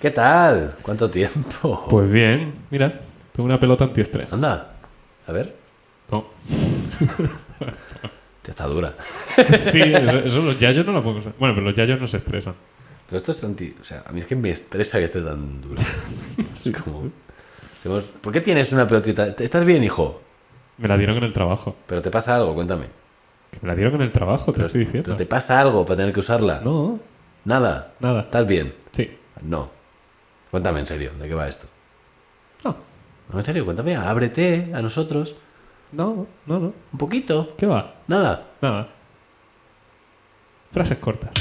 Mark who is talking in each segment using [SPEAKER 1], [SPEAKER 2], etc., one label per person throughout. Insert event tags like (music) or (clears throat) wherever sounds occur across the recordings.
[SPEAKER 1] ¿Qué tal? ¿Cuánto tiempo? (laughs)
[SPEAKER 2] Pues bien, mira, tengo una pelota antiestrés.
[SPEAKER 1] Anda, a ver.
[SPEAKER 2] No.
[SPEAKER 1] Hostia, Está dura.
[SPEAKER 2] (laughs) Sí, eso, eso los yayos no la puedo usar. Bueno, pero los yayos no se estresan.
[SPEAKER 1] Pero esto es anti... O sea, a mí es que me estresa que esté tan dura.
[SPEAKER 2] (laughs)
[SPEAKER 1] Es como... Tenemos- ¿Por qué tienes una pelotita? ¿Estás bien, hijo?
[SPEAKER 2] Me la dieron en el trabajo.
[SPEAKER 1] Pero te pasa algo, cuéntame.
[SPEAKER 2] Que me la dieron en el trabajo, te
[SPEAKER 1] Pero-
[SPEAKER 2] estoy diciendo.
[SPEAKER 1] ¿Pero te pasa algo para tener que usarla?
[SPEAKER 2] No,
[SPEAKER 1] Nada.
[SPEAKER 2] nada.
[SPEAKER 1] ¿Estás bien?
[SPEAKER 2] Sí.
[SPEAKER 1] No. Cuéntame en serio, ¿de qué va esto?
[SPEAKER 2] No,
[SPEAKER 1] No, en serio, cuéntame, ábrete a nosotros.
[SPEAKER 2] no, no, no.
[SPEAKER 1] Un poquito.
[SPEAKER 2] ¿Qué va?
[SPEAKER 1] Nada.
[SPEAKER 2] Nada. Frases cortas.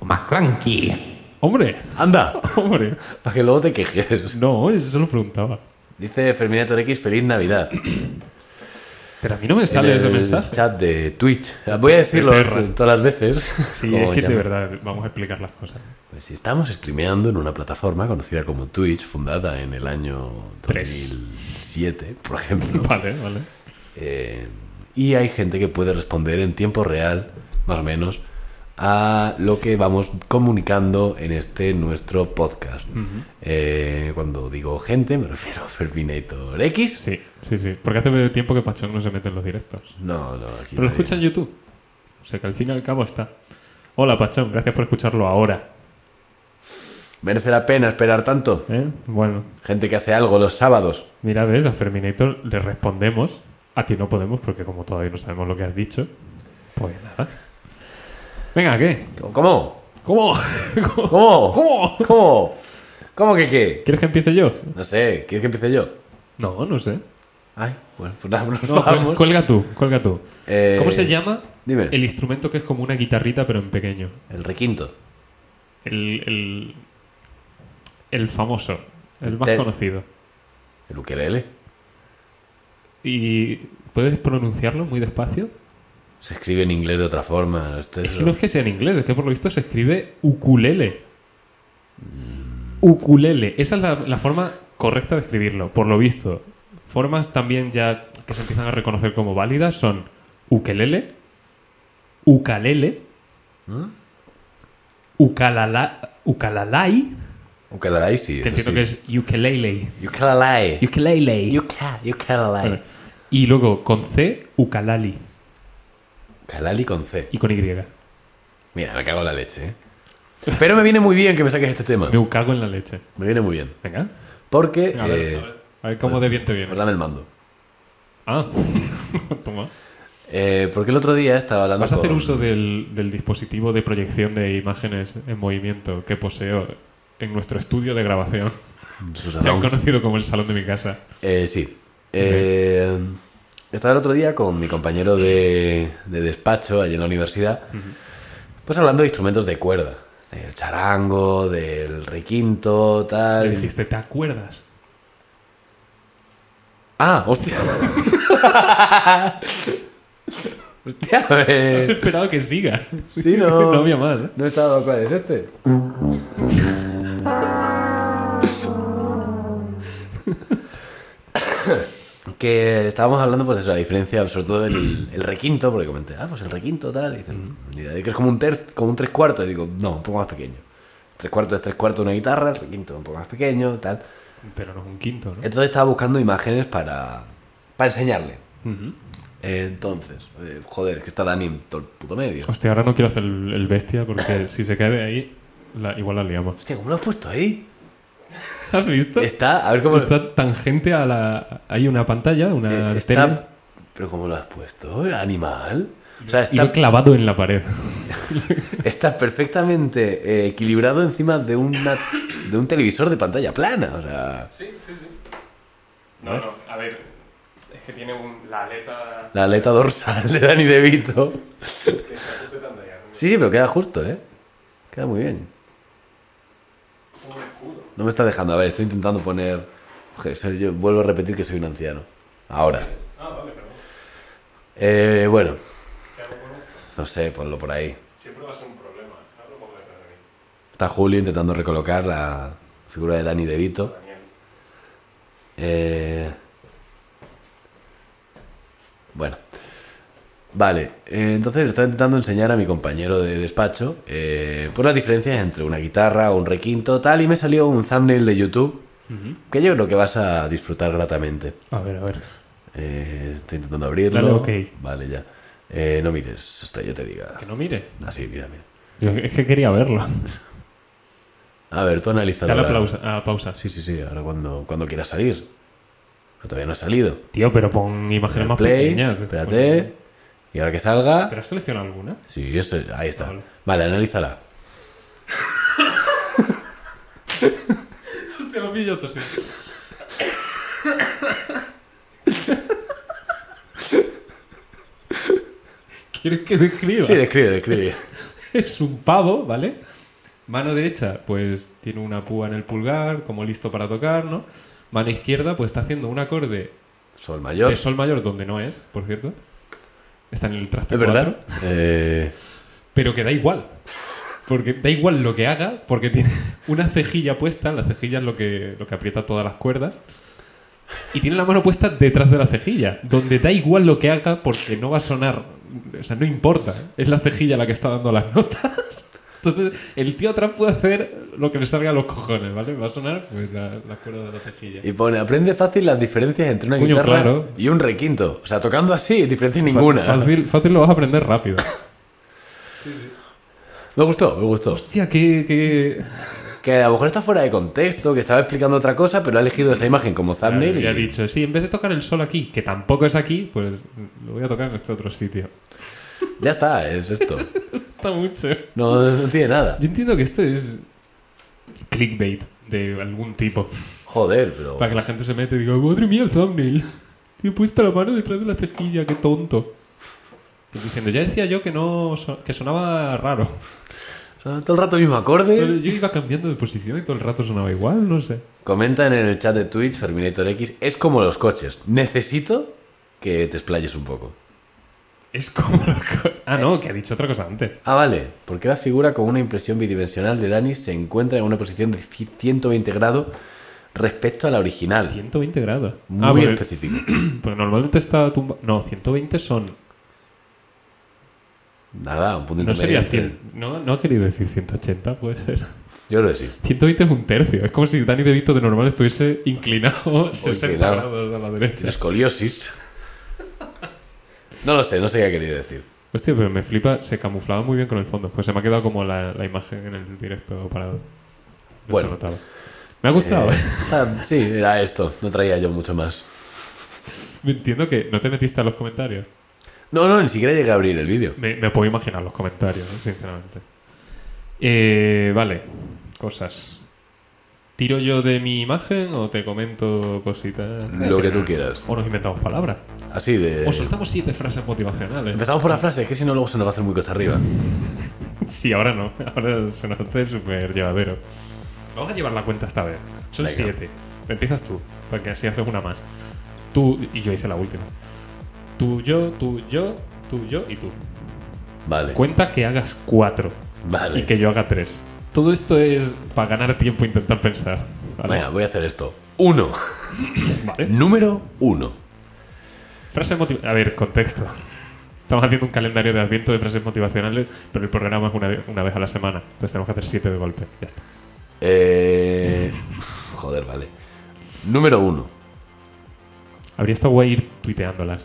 [SPEAKER 3] McClanky.
[SPEAKER 2] Hombre, (laughs)
[SPEAKER 1] ¡Anda! (laughs)
[SPEAKER 2] hombre.
[SPEAKER 1] Para que luego te quejes.
[SPEAKER 2] No, eso se lo preguntaba.
[SPEAKER 1] Dice Ferminator X, feliz Navidad.
[SPEAKER 2] Pero a mí no me sale
[SPEAKER 1] en
[SPEAKER 2] ese
[SPEAKER 1] el
[SPEAKER 2] mensaje.
[SPEAKER 1] chat de Twitch. Voy a decirlo
[SPEAKER 2] De perra.
[SPEAKER 1] t- todas las veces.
[SPEAKER 2] Sí,
[SPEAKER 1] (laughs) Como
[SPEAKER 2] es que
[SPEAKER 1] ya-
[SPEAKER 2] de verdad, vamos a explicar las cosas. (laughs)
[SPEAKER 1] Pues sí, estamos streameando en una plataforma conocida como Twitch, fundada en el año
[SPEAKER 2] Tres.
[SPEAKER 1] 2007, por ejemplo.
[SPEAKER 2] (laughs) Vale, vale.
[SPEAKER 1] Eh, y hay gente que puede responder en tiempo real, más o menos, a lo que vamos comunicando en este nuestro podcast. Eh, cuando digo gente, me refiero a Ferminator X.
[SPEAKER 2] Sí, sí, sí. Porque hace tiempo que Pachón no se mete en los directos.
[SPEAKER 1] No, no, aquí.
[SPEAKER 2] Pero lo
[SPEAKER 1] nadie-
[SPEAKER 2] escucha en YouTube. O sea que al fin y al cabo está. Hola Pachón, gracias por escucharlo ahora.
[SPEAKER 1] Merece la pena esperar tanto.
[SPEAKER 2] ¿eh? Bueno,
[SPEAKER 1] Gente que hace algo los sábados.
[SPEAKER 2] mira, ves, a Ferminator le respondemos. A ti no podemos porque como todavía no sabemos lo que has dicho, pues nada. Venga, ¿qué?
[SPEAKER 1] ¿Cómo?
[SPEAKER 2] ¿Cómo? (laughs) ¿Cómo?
[SPEAKER 1] ¿Cómo?
[SPEAKER 2] ¿Cómo?
[SPEAKER 1] ¿Cómo? ¿Cómo que qué?
[SPEAKER 2] ¿Quieres que empiece yo?
[SPEAKER 1] No sé, ¿quieres que empiece yo?
[SPEAKER 2] No, no sé.
[SPEAKER 1] Ay, bueno, pues nada, nos
[SPEAKER 2] No,
[SPEAKER 1] vamos.
[SPEAKER 2] Cuelga tú, cuelga tú.
[SPEAKER 1] Eh,
[SPEAKER 2] ¿Cómo se llama
[SPEAKER 1] dime.
[SPEAKER 2] el instrumento que es como una guitarrita pero en pequeño?
[SPEAKER 1] El requinto.
[SPEAKER 2] El, el, el famoso, el más
[SPEAKER 1] Te-
[SPEAKER 2] conocido.
[SPEAKER 1] El ukelele.
[SPEAKER 2] ¿Y puedes pronunciarlo muy despacio?
[SPEAKER 1] Se escribe en inglés de otra forma. Este es-
[SPEAKER 2] Es que no es que sea en inglés, es que por lo visto se escribe ukulele. Ukulele. Esa es la, la forma correcta de escribirlo, por lo visto. Formas también ya que se empiezan a reconocer como válidas son ukelele, ukalele, ukalala, ukalalai.
[SPEAKER 1] Ukelalai sí.
[SPEAKER 2] Te entiendo que es ukelele.
[SPEAKER 1] Ukelalai.
[SPEAKER 2] Ukelele.
[SPEAKER 1] Uka- Ukelalai.
[SPEAKER 2] Vale. Y luego con C, ukalali.
[SPEAKER 1] Ukelalai con C.
[SPEAKER 2] Y con Y.
[SPEAKER 1] Mira, me cago en la leche. ¿eh? Pero me viene muy bien que me saques este tema.
[SPEAKER 2] Me cago en la leche.
[SPEAKER 1] Me viene muy bien.
[SPEAKER 2] Venga.
[SPEAKER 1] Porque...
[SPEAKER 2] A ver,
[SPEAKER 1] eh,
[SPEAKER 2] a ver, a ver cómo de bien te viene.
[SPEAKER 1] pues dame el mando.
[SPEAKER 2] Ah, (laughs) toma.
[SPEAKER 1] Eh, porque el otro día estaba hablando
[SPEAKER 2] ¿Vas a hacer
[SPEAKER 1] con-
[SPEAKER 2] uso del, del dispositivo de proyección de imágenes en movimiento que poseo en nuestro estudio de
[SPEAKER 1] (laughs)
[SPEAKER 2] grabación?
[SPEAKER 1] Susana,
[SPEAKER 2] Te han conocido como el salón de mi casa.
[SPEAKER 1] Eh, sí. Eh, estaba el otro día con mi compañero de, de despacho allí en la universidad, pues hablando de instrumentos de cuerda. Del charango, del requinto,
[SPEAKER 2] Le
[SPEAKER 1] tal.
[SPEAKER 2] dijiste, ¿te acuerdas? (laughs)
[SPEAKER 1] Ah, hostia. (laughs) hostia, eh,
[SPEAKER 2] He esperado que siga.
[SPEAKER 1] Sí, no.
[SPEAKER 2] (laughs) no había más. ¿eh?
[SPEAKER 1] No he estado cuál es este. que estábamos hablando, pues eso, la diferencia, sobre todo del el requinto, porque comenté, ah, pues el requinto tal, y dicen, ni idea, que es como un terz, como un tres cuartos, y digo, no, un poco más pequeño. Tres cuartos es tres cuartos una guitarra, el requinto un poco más pequeño, tal.
[SPEAKER 2] Pero no es un quinto, ¿no?
[SPEAKER 1] Entonces estaba buscando imágenes para, para enseñarle.
[SPEAKER 2] Ujú.
[SPEAKER 1] Entonces, eh, joder, que está Dani en todo el puto medio.
[SPEAKER 2] Hostia, ahora no quiero hacer el, el
[SPEAKER 1] (laughs)
[SPEAKER 2] bestia porque si se cae de ahí, la- igual la liamos.
[SPEAKER 1] Hostia, ¿cómo lo has puesto ahí?
[SPEAKER 2] ¿Has visto?
[SPEAKER 1] Está, a ver cómo...
[SPEAKER 2] Está tangente a la... Hay una pantalla, una
[SPEAKER 1] Eh,
[SPEAKER 2] tele,
[SPEAKER 1] Está... ¿Pero cómo lo has puesto? ¿Animal? O sea,
[SPEAKER 2] y lo
[SPEAKER 1] (laughs)
[SPEAKER 2] he
[SPEAKER 1] está,
[SPEAKER 2] clavado en la pared.
[SPEAKER 1] está perfectamente eh, equilibrado encima de, una, de un televisor de pantalla plana. O sea,
[SPEAKER 2] No, no, a ver. Es que tiene un, la aleta.
[SPEAKER 1] la aleta dorsal de Dani De Vito. Sí, sí, pero queda justo, ¿eh? Queda muy bien. No me está dejando. A ver, estoy intentando poner... Joder, soy yo- Vuelvo a repetir que soy un anciano. Ahora. Eh, bueno. No sé, ponlo por ahí.
[SPEAKER 2] Siempre va a ser un problema.
[SPEAKER 1] Está Julio intentando recolocar la figura de Dani De Vito. Eh, Bueno. Vale, eh, entonces estaba intentando enseñar a mi compañero de despacho eh, pues las diferencias entre una guitarra, un requinto, tal, y me salió un thumbnail de YouTube que yo creo que vas a disfrutar gratamente.
[SPEAKER 2] A ver, a ver.
[SPEAKER 1] Eh, estoy intentando abrirlo.
[SPEAKER 2] Dale ok.
[SPEAKER 1] Vale, ya. Eh, no mires hasta yo te diga.
[SPEAKER 2] Que no mire.
[SPEAKER 1] Así, mira, mira.
[SPEAKER 2] Yo es que quería verlo.
[SPEAKER 1] A ver, tú analiza.
[SPEAKER 2] Dale a pausa. a pausa.
[SPEAKER 1] Sí, sí, sí, ahora cuando, cuando quieras salir. Pero todavía no ha salido.
[SPEAKER 2] Tío, pero pon imágenes más
[SPEAKER 1] Play,
[SPEAKER 2] pequeñas.
[SPEAKER 1] espérate. Y ahora que salga.
[SPEAKER 2] ¿Pero has seleccionado alguna?
[SPEAKER 1] Sí, eso, ahí está.
[SPEAKER 2] Vale.
[SPEAKER 1] Vale, analízala.
[SPEAKER 2] Hostia, lo pillo tosiendo. ¿Quieres que describa?
[SPEAKER 1] Sí, describe, describe.
[SPEAKER 2] (laughs) Es un pavo, ¿vale? Mano derecha, pues tiene una púa en el pulgar, como listo para tocar, ¿no? Mano izquierda, pues está haciendo un acorde
[SPEAKER 1] Sol mayor.
[SPEAKER 2] de sol mayor, donde no es, por cierto. Está en el traste
[SPEAKER 1] ¿Es
[SPEAKER 2] cuatro,
[SPEAKER 1] verdad? Eh,
[SPEAKER 2] pero que da igual. Porque da igual lo que haga, porque tiene una cejilla puesta, la cejilla es lo que, lo que aprieta todas las cuerdas, y tiene la mano puesta detrás de la cejilla, donde da igual lo que haga porque no va a sonar, o sea, no importa, ¿eh? es la cejilla la que está dando las notas. Entonces, el tío atrás puede hacer lo que le salga a los cojones, ¿vale? Va a sonar pues, la, la cuerda de la cejilla.
[SPEAKER 1] y pone, aprende fácil las diferencias entre una
[SPEAKER 2] Coño,
[SPEAKER 1] guitarra
[SPEAKER 2] claro.
[SPEAKER 1] y un requinto. O sea, tocando así, diferencia ninguna.
[SPEAKER 2] Fácil, fácil lo vas a aprender rápido.
[SPEAKER 1] Me gustó, me gustó.
[SPEAKER 2] Hostia, qué... qué...
[SPEAKER 1] Que a lo mejor está fuera de contexto, que estaba explicando otra cosa, pero ha elegido esa imagen como thumbnail.
[SPEAKER 2] Claro, ya
[SPEAKER 1] y-
[SPEAKER 2] he dicho, sí, en vez de tocar el sol aquí, que tampoco es aquí, pues lo voy a tocar en este otro sitio. (laughs)
[SPEAKER 1] Ya está, es esto.
[SPEAKER 2] Está mucho. Yo
[SPEAKER 1] No, no tiene nada.
[SPEAKER 2] entiendo que esto es clickbait de algún tipo.
[SPEAKER 1] Joder, pero.
[SPEAKER 2] Para que la gente se mete y diga, madre mía, el thumbnail. (laughs) Tío, he puesto la mano detrás de la cejilla, qué tonto. Y diciendo, ya decía yo que no so- que sonaba raro.
[SPEAKER 1] Son Todo el rato el mismo
[SPEAKER 2] Pero
[SPEAKER 1] acorde.
[SPEAKER 2] yo iba cambiando de posición y todo el rato sonaba igual, no sé.
[SPEAKER 1] Comentan en el chat de Twitch, Ferminator X, es como los coches. Necesito que te explayes un poco.
[SPEAKER 2] Es como la cosa. Ah, no, que ha dicho otra cosa antes.
[SPEAKER 1] Ah, vale. Porque la figura con una impresión bidimensional de Dani se encuentra en una posición de ci- 120 grados respecto a la original.
[SPEAKER 2] 120 grados.
[SPEAKER 1] Muy
[SPEAKER 2] ah, bueno,
[SPEAKER 1] específico.
[SPEAKER 2] Pero normalmente está tumba. No, 120 son.
[SPEAKER 1] Nada, un punto
[SPEAKER 2] No sería
[SPEAKER 1] intermedio.
[SPEAKER 2] 100. No, no ha querido decir 180, puede ser.
[SPEAKER 1] Yo creo que sí.
[SPEAKER 2] 120 es un tercio. Es como si Dani De Vito de normal estuviese (laughs) inclinado 60
[SPEAKER 1] Inclinado.
[SPEAKER 2] grados a la
[SPEAKER 1] La
[SPEAKER 2] derecha.
[SPEAKER 1] escoliosis. No lo sé, no sé qué ha querido decir.
[SPEAKER 2] Hostia, pero me flipa. Se camuflaba muy bien con el fondo. Pues se me ha quedado como la, la imagen en el directo parado. No
[SPEAKER 1] Bueno.
[SPEAKER 2] se notaba. Me ha gustado.
[SPEAKER 1] Eh, ah, sí, era esto. No traía yo mucho más.
[SPEAKER 2] Me (laughs) Entiendo que no te metiste a los comentarios.
[SPEAKER 1] No, no, ni siquiera llegué a abrir el vídeo.
[SPEAKER 2] Me, me puedo imaginar los comentarios, ¿eh? sinceramente. Eh, vale, cosas. ¿Tiro yo de mi imagen o te comento cositas?
[SPEAKER 1] Lo que tú quieras.
[SPEAKER 2] O nos inventamos palabras.
[SPEAKER 1] Así de.
[SPEAKER 2] O soltamos siete frases
[SPEAKER 1] (laughs)
[SPEAKER 2] motivacionales.
[SPEAKER 1] Empezamos por la frase, es que si no, luego se nos va a hacer muy costa arriba.
[SPEAKER 2] Sí, ahora no. Ahora se nos hace súper llevadero. Vamos a llevar la cuenta esta vez. Son
[SPEAKER 1] Venga.
[SPEAKER 2] siete. Empiezas tú, porque así haces una más. Tú y yo hice la última. Tú, yo, tú, yo, tú, yo y tú.
[SPEAKER 1] Vale.
[SPEAKER 2] Cuenta que hagas cuatro.
[SPEAKER 1] Vale.
[SPEAKER 2] y que yo haga tres. Todo esto es para ganar tiempo e intentar pensar. ¿vale?
[SPEAKER 1] Venga, voy a hacer esto. Uno.
[SPEAKER 2] Vale.
[SPEAKER 1] Número uno.
[SPEAKER 2] Frase motiv- A ver, contexto. Estamos haciendo un calendario de adviento de frases motivacionales, pero el programa es una, ve- una vez a la semana. Entonces tenemos que hacer siete de golpe. Ya está.
[SPEAKER 1] Eh... Joder, vale. Número uno.
[SPEAKER 2] Habría estado guay ir tuiteándolas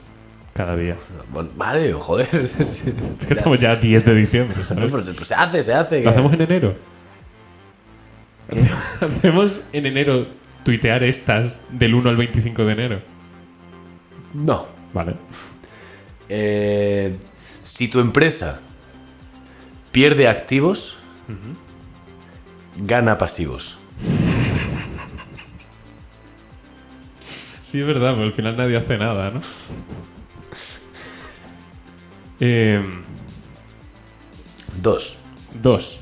[SPEAKER 2] cada día.
[SPEAKER 1] Bueno, vale, joder. (laughs) Sí.
[SPEAKER 2] Es que estamos ya a 10 de diciembre,
[SPEAKER 1] No,
[SPEAKER 2] ¿sabes?
[SPEAKER 1] pero se, se hace, se hace.
[SPEAKER 2] Lo hacemos en enero. (laughs) hacemos en enero tuitear estas del 1 al 25 de enero.
[SPEAKER 1] No.
[SPEAKER 2] Vale.
[SPEAKER 1] Eh, Si tu empresa pierde activos, gana pasivos.
[SPEAKER 2] Sí, es verdad, pero al final nadie hace nada, ¿no? Eh,
[SPEAKER 1] Dos.
[SPEAKER 2] dos.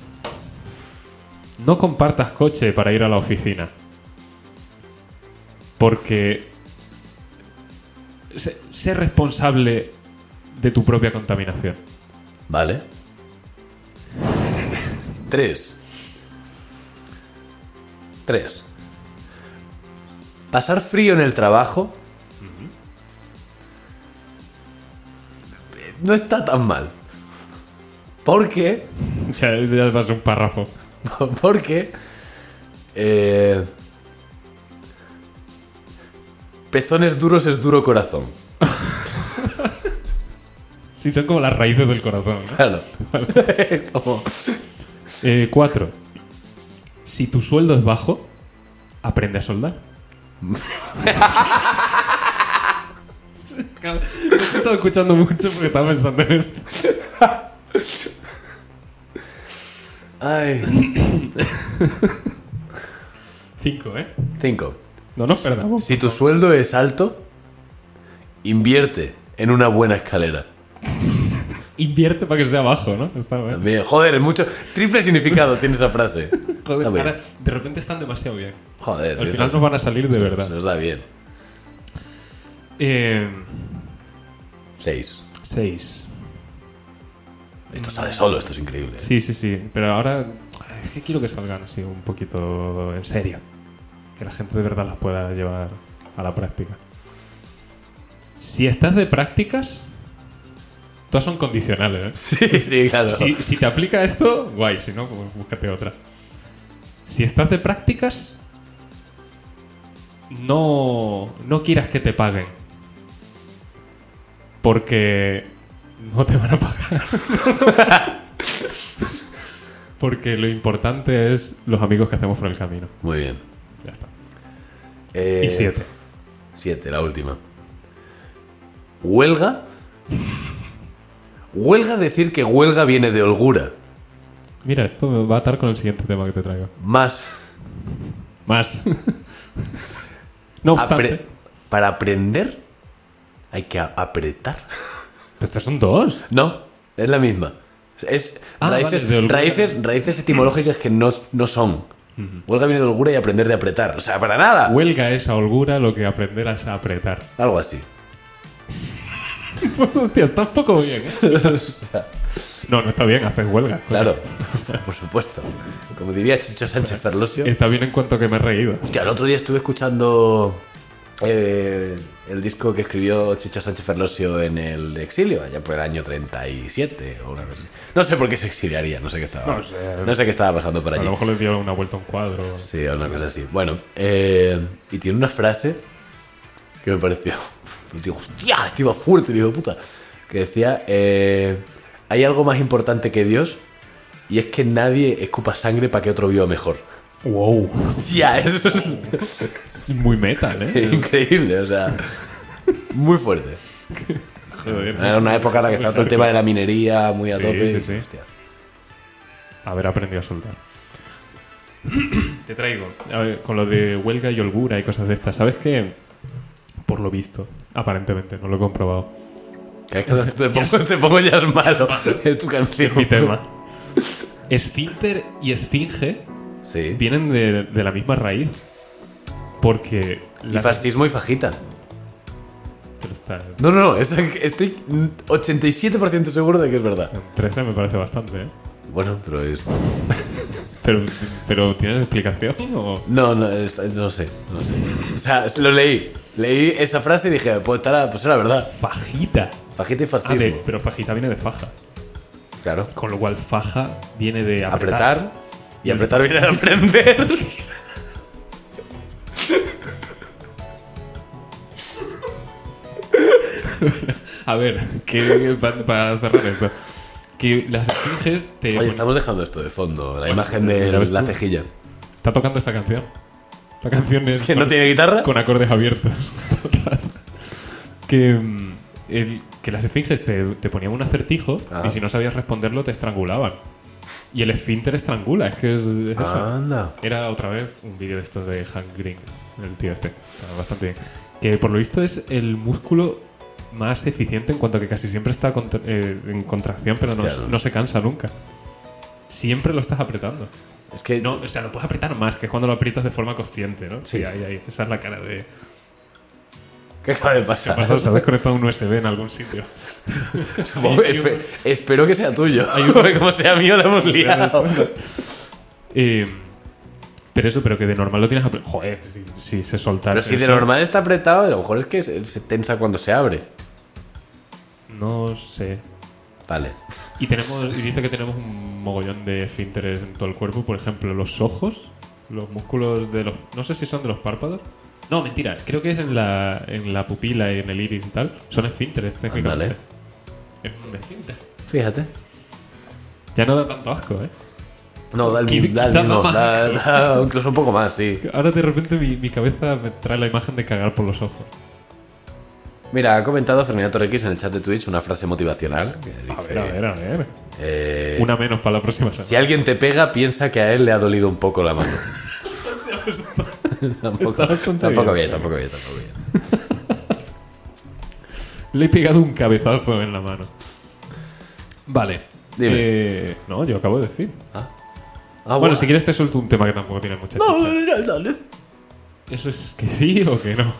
[SPEAKER 2] No compartas coche para ir a la oficina. Porque sé, sé responsable de tu propia contaminación. (laughs)
[SPEAKER 1] Vale. Tres. Tres. Pasar frío en el trabajo. Eh, No está tan mal. Porque. (laughs)
[SPEAKER 2] Ya, ya vas un párrafo.
[SPEAKER 1] Porque. eh, pezones duros es duro corazón. (laughs)
[SPEAKER 2] Sí, son como las raíces del corazón. ¿no?
[SPEAKER 1] Claro. (laughs) Como-
[SPEAKER 2] Eh, cuatro. Si tu sueldo es bajo, aprende a soldar. Cabrón, Me he estado escuchando mucho porque estaba pensando en esto.
[SPEAKER 1] Ay.
[SPEAKER 2] Cinco, ¿eh?
[SPEAKER 1] Cinco.
[SPEAKER 2] No nos perdamos.
[SPEAKER 1] Si tu sueldo es alto, invierte en una buena escalera.
[SPEAKER 2] Invierte para que sea bajo, ¿no? Está bien.
[SPEAKER 1] También, joder, es mucho. Triple significado tiene esa frase.
[SPEAKER 2] Joder,
[SPEAKER 1] Está bien.
[SPEAKER 2] ahora, de repente están demasiado bien.
[SPEAKER 1] Joder,
[SPEAKER 2] Al
[SPEAKER 1] eso
[SPEAKER 2] final nos van a salir de
[SPEAKER 1] se
[SPEAKER 2] verdad.
[SPEAKER 1] nos da bien.
[SPEAKER 2] Eh,
[SPEAKER 1] Seis.
[SPEAKER 2] seis.
[SPEAKER 1] Esto sale solo, esto es increíble.
[SPEAKER 2] Mm. Sí, sí, sí. Pero ahora es que quiero que salgan así un poquito en serio. Que la gente de verdad las pueda llevar a la práctica. Si estás de prácticas, todas son condicionales.
[SPEAKER 1] Sí,
[SPEAKER 2] ¿eh?
[SPEAKER 1] sí, claro.
[SPEAKER 2] Si, si te aplica esto, guay. Si no, pues búscate otra. Si estás de prácticas, no, no quieras que te paguen. Porque no te van a pagar. (laughs) Porque lo importante es los amigos que hacemos por el camino.
[SPEAKER 1] Muy bien.
[SPEAKER 2] Ya está.
[SPEAKER 1] Eh,
[SPEAKER 2] Y siete.
[SPEAKER 1] Siete, la última. Huelga. Huelga decir que huelga viene de holgura.
[SPEAKER 2] Mira, esto me va a atar con el siguiente tema que te traigo.
[SPEAKER 1] Más.
[SPEAKER 2] Más. (laughs) no
[SPEAKER 1] Ah,
[SPEAKER 2] obstante.
[SPEAKER 1] apre- para aprender, hay que a- apretar.
[SPEAKER 2] Pero estos son dos.
[SPEAKER 1] No, es la misma. Es
[SPEAKER 2] Ah,
[SPEAKER 1] raíces,
[SPEAKER 2] vale, de holgura.
[SPEAKER 1] raíces, raíces etimológicas que no, no son. Huelga viene de holgura y aprender de apretar. O sea, para nada.
[SPEAKER 2] Huelga es a holgura lo que aprenderás a apretar. (laughs)
[SPEAKER 1] Algo así.
[SPEAKER 2] Pues hostia, está un poco bien, ¿eh? No, no está bien, haces huelga. coño. (laughs)
[SPEAKER 1] Claro, por supuesto. Como diría Chicho Sánchez Ferlosio.
[SPEAKER 2] Está bien en cuanto que me he reído.
[SPEAKER 1] Que al otro día estuve escuchando eh, el disco que escribió Chicho Sánchez Ferlosio en el exilio, allá por el año 37 o una cosa así. No sé por qué se exiliaría, no sé qué estaba.
[SPEAKER 2] No sé.
[SPEAKER 1] no sé qué estaba pasando por
[SPEAKER 2] A
[SPEAKER 1] allí.
[SPEAKER 2] lo mejor le dio una vuelta a un cuadro.
[SPEAKER 1] Sí, o una cosa así. Bueno, eh, y tiene una frase que me pareció. (laughs) Digo, hostia, este iba fuerte, digo, puta. Que decía: eh, Hay algo más importante que Dios y es que nadie escupa sangre para que otro viva mejor.
[SPEAKER 2] Wow.
[SPEAKER 1] Hostia, (laughs) eso
[SPEAKER 2] Muy metal,
[SPEAKER 1] es
[SPEAKER 2] ¿eh?
[SPEAKER 1] increíble, o sea. Muy fuerte.
[SPEAKER 2] Joder.
[SPEAKER 1] Era una época en la que estaba todo el tema de la minería muy a
[SPEAKER 2] Sí,
[SPEAKER 1] tope.
[SPEAKER 2] sí, sí.
[SPEAKER 1] Hostia.
[SPEAKER 2] Haber aprendido a soltar. (clears throat) Te traigo. A ver, con lo de huelga y holgura y cosas de estas. ¿Sabes qué? Por lo visto, aparentemente, no lo he comprobado.
[SPEAKER 1] Cada vez que te
[SPEAKER 2] (laughs)
[SPEAKER 1] pongo, te pongo ya es malo. Es tu canción.
[SPEAKER 2] Mi tema. Esfínter y esfinge
[SPEAKER 1] Sí.
[SPEAKER 2] vienen de, de la misma raíz. Porque
[SPEAKER 1] Y
[SPEAKER 2] la
[SPEAKER 1] fascismo y fajita.
[SPEAKER 2] Pero está-
[SPEAKER 1] No, no, no, es- estoy 87% seguro de que es verdad.
[SPEAKER 2] 13 me parece bastante, ¿eh?
[SPEAKER 1] Bueno, pero es.
[SPEAKER 2] Pero, pero ¿tienes explicación? o-
[SPEAKER 1] No, no, es- no sé, no sé. O sea, lo leí. Leí esa frase y dije, pues, estará, pues era verdad.
[SPEAKER 2] Fajita.
[SPEAKER 1] Fajita y
[SPEAKER 2] Ah, de-
[SPEAKER 1] fascismo.
[SPEAKER 2] pero fajita viene de faja.
[SPEAKER 1] Claro.
[SPEAKER 2] Con lo cual faja viene de apretar.
[SPEAKER 1] Apretar. Y apretar viene a
[SPEAKER 2] (laughs)
[SPEAKER 1] aprender.
[SPEAKER 2] A ver, que para cerrar esto. Que las esfinges te...
[SPEAKER 1] Oye, estamos dejando esto de fondo. La
[SPEAKER 2] Bueno,
[SPEAKER 1] imagen
[SPEAKER 2] ¿ya
[SPEAKER 1] de
[SPEAKER 2] ves
[SPEAKER 1] la
[SPEAKER 2] tú? (laughs)
[SPEAKER 1] cejilla.
[SPEAKER 2] Está tocando esta canción. Esta canción es...
[SPEAKER 1] ¿Que no
[SPEAKER 2] con-
[SPEAKER 1] tiene guitarra?
[SPEAKER 2] Con acordes abiertos. todo el rato. que, mm, el- que las esfinges te, te ponían un acertijo
[SPEAKER 1] Ah.
[SPEAKER 2] y si no sabías responderlo te estrangulaban. Y el esfínter estrangula, es que es, es eso.
[SPEAKER 1] Anda.
[SPEAKER 2] Era otra vez un vídeo de estos de Hank Green, el tío este. Está Bastante bien. Que por lo visto es el músculo más eficiente en cuanto a que casi siempre está contra- eh, en contracción, pero no,
[SPEAKER 1] Hostia.
[SPEAKER 2] no se cansa nunca. Siempre lo estás apretando.
[SPEAKER 1] Es que.
[SPEAKER 2] No, o sea, lo puedes apretar más, que es cuando lo aprietas de forma consciente, ¿no? Sí, ahí, ahí. Esa es la cara de.
[SPEAKER 1] ¿Qué acaba de
[SPEAKER 2] ¿Qué ha
[SPEAKER 1] pasar?
[SPEAKER 2] pasado? Se ha desconectado un USB en algún sitio.
[SPEAKER 1] (laughs) Supongo-
[SPEAKER 2] Hay- hay
[SPEAKER 1] espe-
[SPEAKER 2] un-
[SPEAKER 1] espero que sea tuyo.
[SPEAKER 2] hay un-
[SPEAKER 1] Porque como sea mío, lo hemos liado.
[SPEAKER 2] Eh, pero eso, pero que de normal lo tienes apretado. Joder, si, si se soltase.
[SPEAKER 1] Pero si de
[SPEAKER 2] eso,
[SPEAKER 1] normal está apretado, a lo mejor es que se, se tensa cuando se abre.
[SPEAKER 2] No sé.
[SPEAKER 1] Vale.
[SPEAKER 2] Y tenemos y dice que tenemos un mogollón de finteres en todo el cuerpo, por ejemplo, los ojos, los músculos de los no sé si son de los párpados. No, mentira, creo que es en la en la pupila y en el iris y tal, son esfínteres técnicamente.
[SPEAKER 1] Ándale.
[SPEAKER 2] Es un esfínter.
[SPEAKER 1] Fíjate.
[SPEAKER 2] Ya no da tanto asco, ¿eh?
[SPEAKER 1] No, da el,
[SPEAKER 2] Qui-
[SPEAKER 1] da el
[SPEAKER 2] quizá
[SPEAKER 1] mismo,
[SPEAKER 2] más.
[SPEAKER 1] da- da incluso un poco más, sí.
[SPEAKER 2] Ahora de repente mi, mi cabeza me trae la imagen de cagar por los ojos.
[SPEAKER 1] Mira, ha comentado Fernanda Torrequis en el chat de Twitch una frase motivacional que dice...
[SPEAKER 2] A ver, a ver, a ver.
[SPEAKER 1] eh,
[SPEAKER 2] Una menos para la próxima semana.
[SPEAKER 1] Si alguien te pega, piensa que a él le ha dolido un poco la
[SPEAKER 2] (laughs)
[SPEAKER 1] mano. tampoco,
[SPEAKER 2] bastante
[SPEAKER 1] tampoco
[SPEAKER 2] bien.
[SPEAKER 1] bien, tampoco bien, tampoco bien.
[SPEAKER 2] Le he pegado un cabezazo en la mano. Vale.
[SPEAKER 1] Dime.
[SPEAKER 2] Eh, no, yo acabo de decir.
[SPEAKER 1] Ah. Ah,
[SPEAKER 2] bueno,
[SPEAKER 1] bueno.
[SPEAKER 2] si quieres te suelto un tema que tampoco tiene mucha
[SPEAKER 1] No, eh.
[SPEAKER 2] chicha.
[SPEAKER 1] dale, dale.
[SPEAKER 2] ¿Eso es que sí o que no?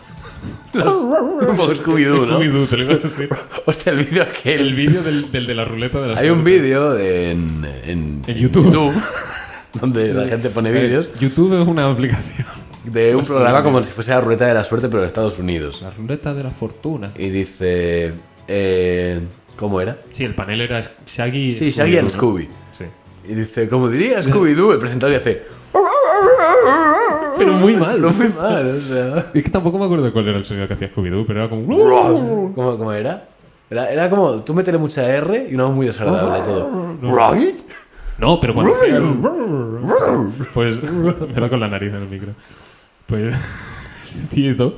[SPEAKER 1] Un poco Scooby-Doo, ¿no?
[SPEAKER 2] Scooby-Doo, te lo iba
[SPEAKER 1] (laughs)
[SPEAKER 2] a decir.
[SPEAKER 1] Hostia, el vídeo aquel.
[SPEAKER 2] El vídeo del, del de la ruleta de la
[SPEAKER 1] Hay un
[SPEAKER 2] suerte.
[SPEAKER 1] vídeo en, en,
[SPEAKER 2] En YouTube. (laughs)
[SPEAKER 1] donde la gente pone vídeos
[SPEAKER 2] Eh, YouTube es una aplicación. (laughs)
[SPEAKER 1] de un
[SPEAKER 2] sí,
[SPEAKER 1] programa
[SPEAKER 2] sí.
[SPEAKER 1] como si fuese la ruleta de la suerte, pero de Estados Unidos.
[SPEAKER 2] La ruleta de la fortuna.
[SPEAKER 1] Y dice. eh, ¿Cómo era?
[SPEAKER 2] Sí, el panel era Shaggy y
[SPEAKER 1] Sí, Shaggy and
[SPEAKER 2] ¿no?
[SPEAKER 1] Scooby.
[SPEAKER 2] Sí.
[SPEAKER 1] Y dice, como diría Scooby-Doo, el presentador y hace.
[SPEAKER 2] Pero muy mal.
[SPEAKER 1] Lo (laughs) muy mal, o
[SPEAKER 2] (laughs)
[SPEAKER 1] sea.
[SPEAKER 2] Es que tampoco me acuerdo cuál era el sonido que hacía Scooby-Doo, pero era como...
[SPEAKER 1] ¿Cómo, cómo era? era? Era como, tú métele mucha R y una voz muy desagradable y todo.
[SPEAKER 2] (laughs)
[SPEAKER 1] ¿Right?
[SPEAKER 2] No, pero cuando... hacía- Pues... (laughs) Me da con la nariz en el micro. Pues... (laughs) ese tío hizo-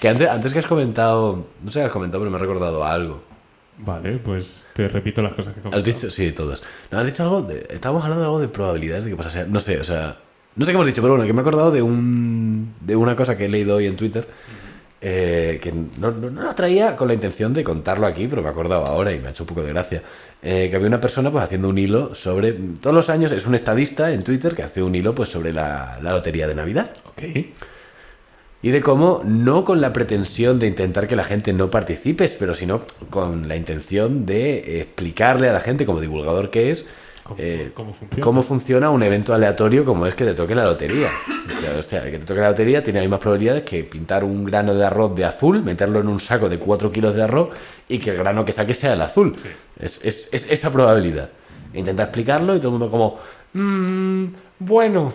[SPEAKER 1] Que antes, antes que has comentado, no sé qué has comentado, pero me ha recordado a algo.
[SPEAKER 2] Vale, pues te repito las cosas que
[SPEAKER 1] Has
[SPEAKER 2] comentaba.
[SPEAKER 1] dicho, sí, todas. No, has dicho algo, de- estábamos hablando de algo de probabilidades de que pasase, no sé, o sea, no sé qué hemos dicho, pero bueno, que me he acordado de un, de una cosa que he leído hoy en Twitter, eh, que no, no, no lo traía con la intención de contarlo aquí, pero me he acordado ahora y me ha hecho un poco de gracia, eh, que había una persona pues haciendo un hilo sobre, todos los años es un estadista en Twitter que hace un hilo pues sobre la, la lotería de Navidad.
[SPEAKER 2] Ok.
[SPEAKER 1] Y de cómo, no con la pretensión de intentar que la gente no participe, pero sino con la intención de explicarle a la gente, como divulgador que es,
[SPEAKER 2] ¿Cómo,
[SPEAKER 1] eh,
[SPEAKER 2] fu- cómo funciona?
[SPEAKER 1] cómo funciona un evento aleatorio como es que te toque la lotería. O sea, hostia, que te toque la lotería tiene las mismas probabilidades que pintar un grano de arroz de azul, meterlo en un saco de 4 kilos de arroz y que el grano que saque sea el azul. Es, es- es esa probabilidad. Intenta explicarlo y todo el mundo como, "Mm, bueno,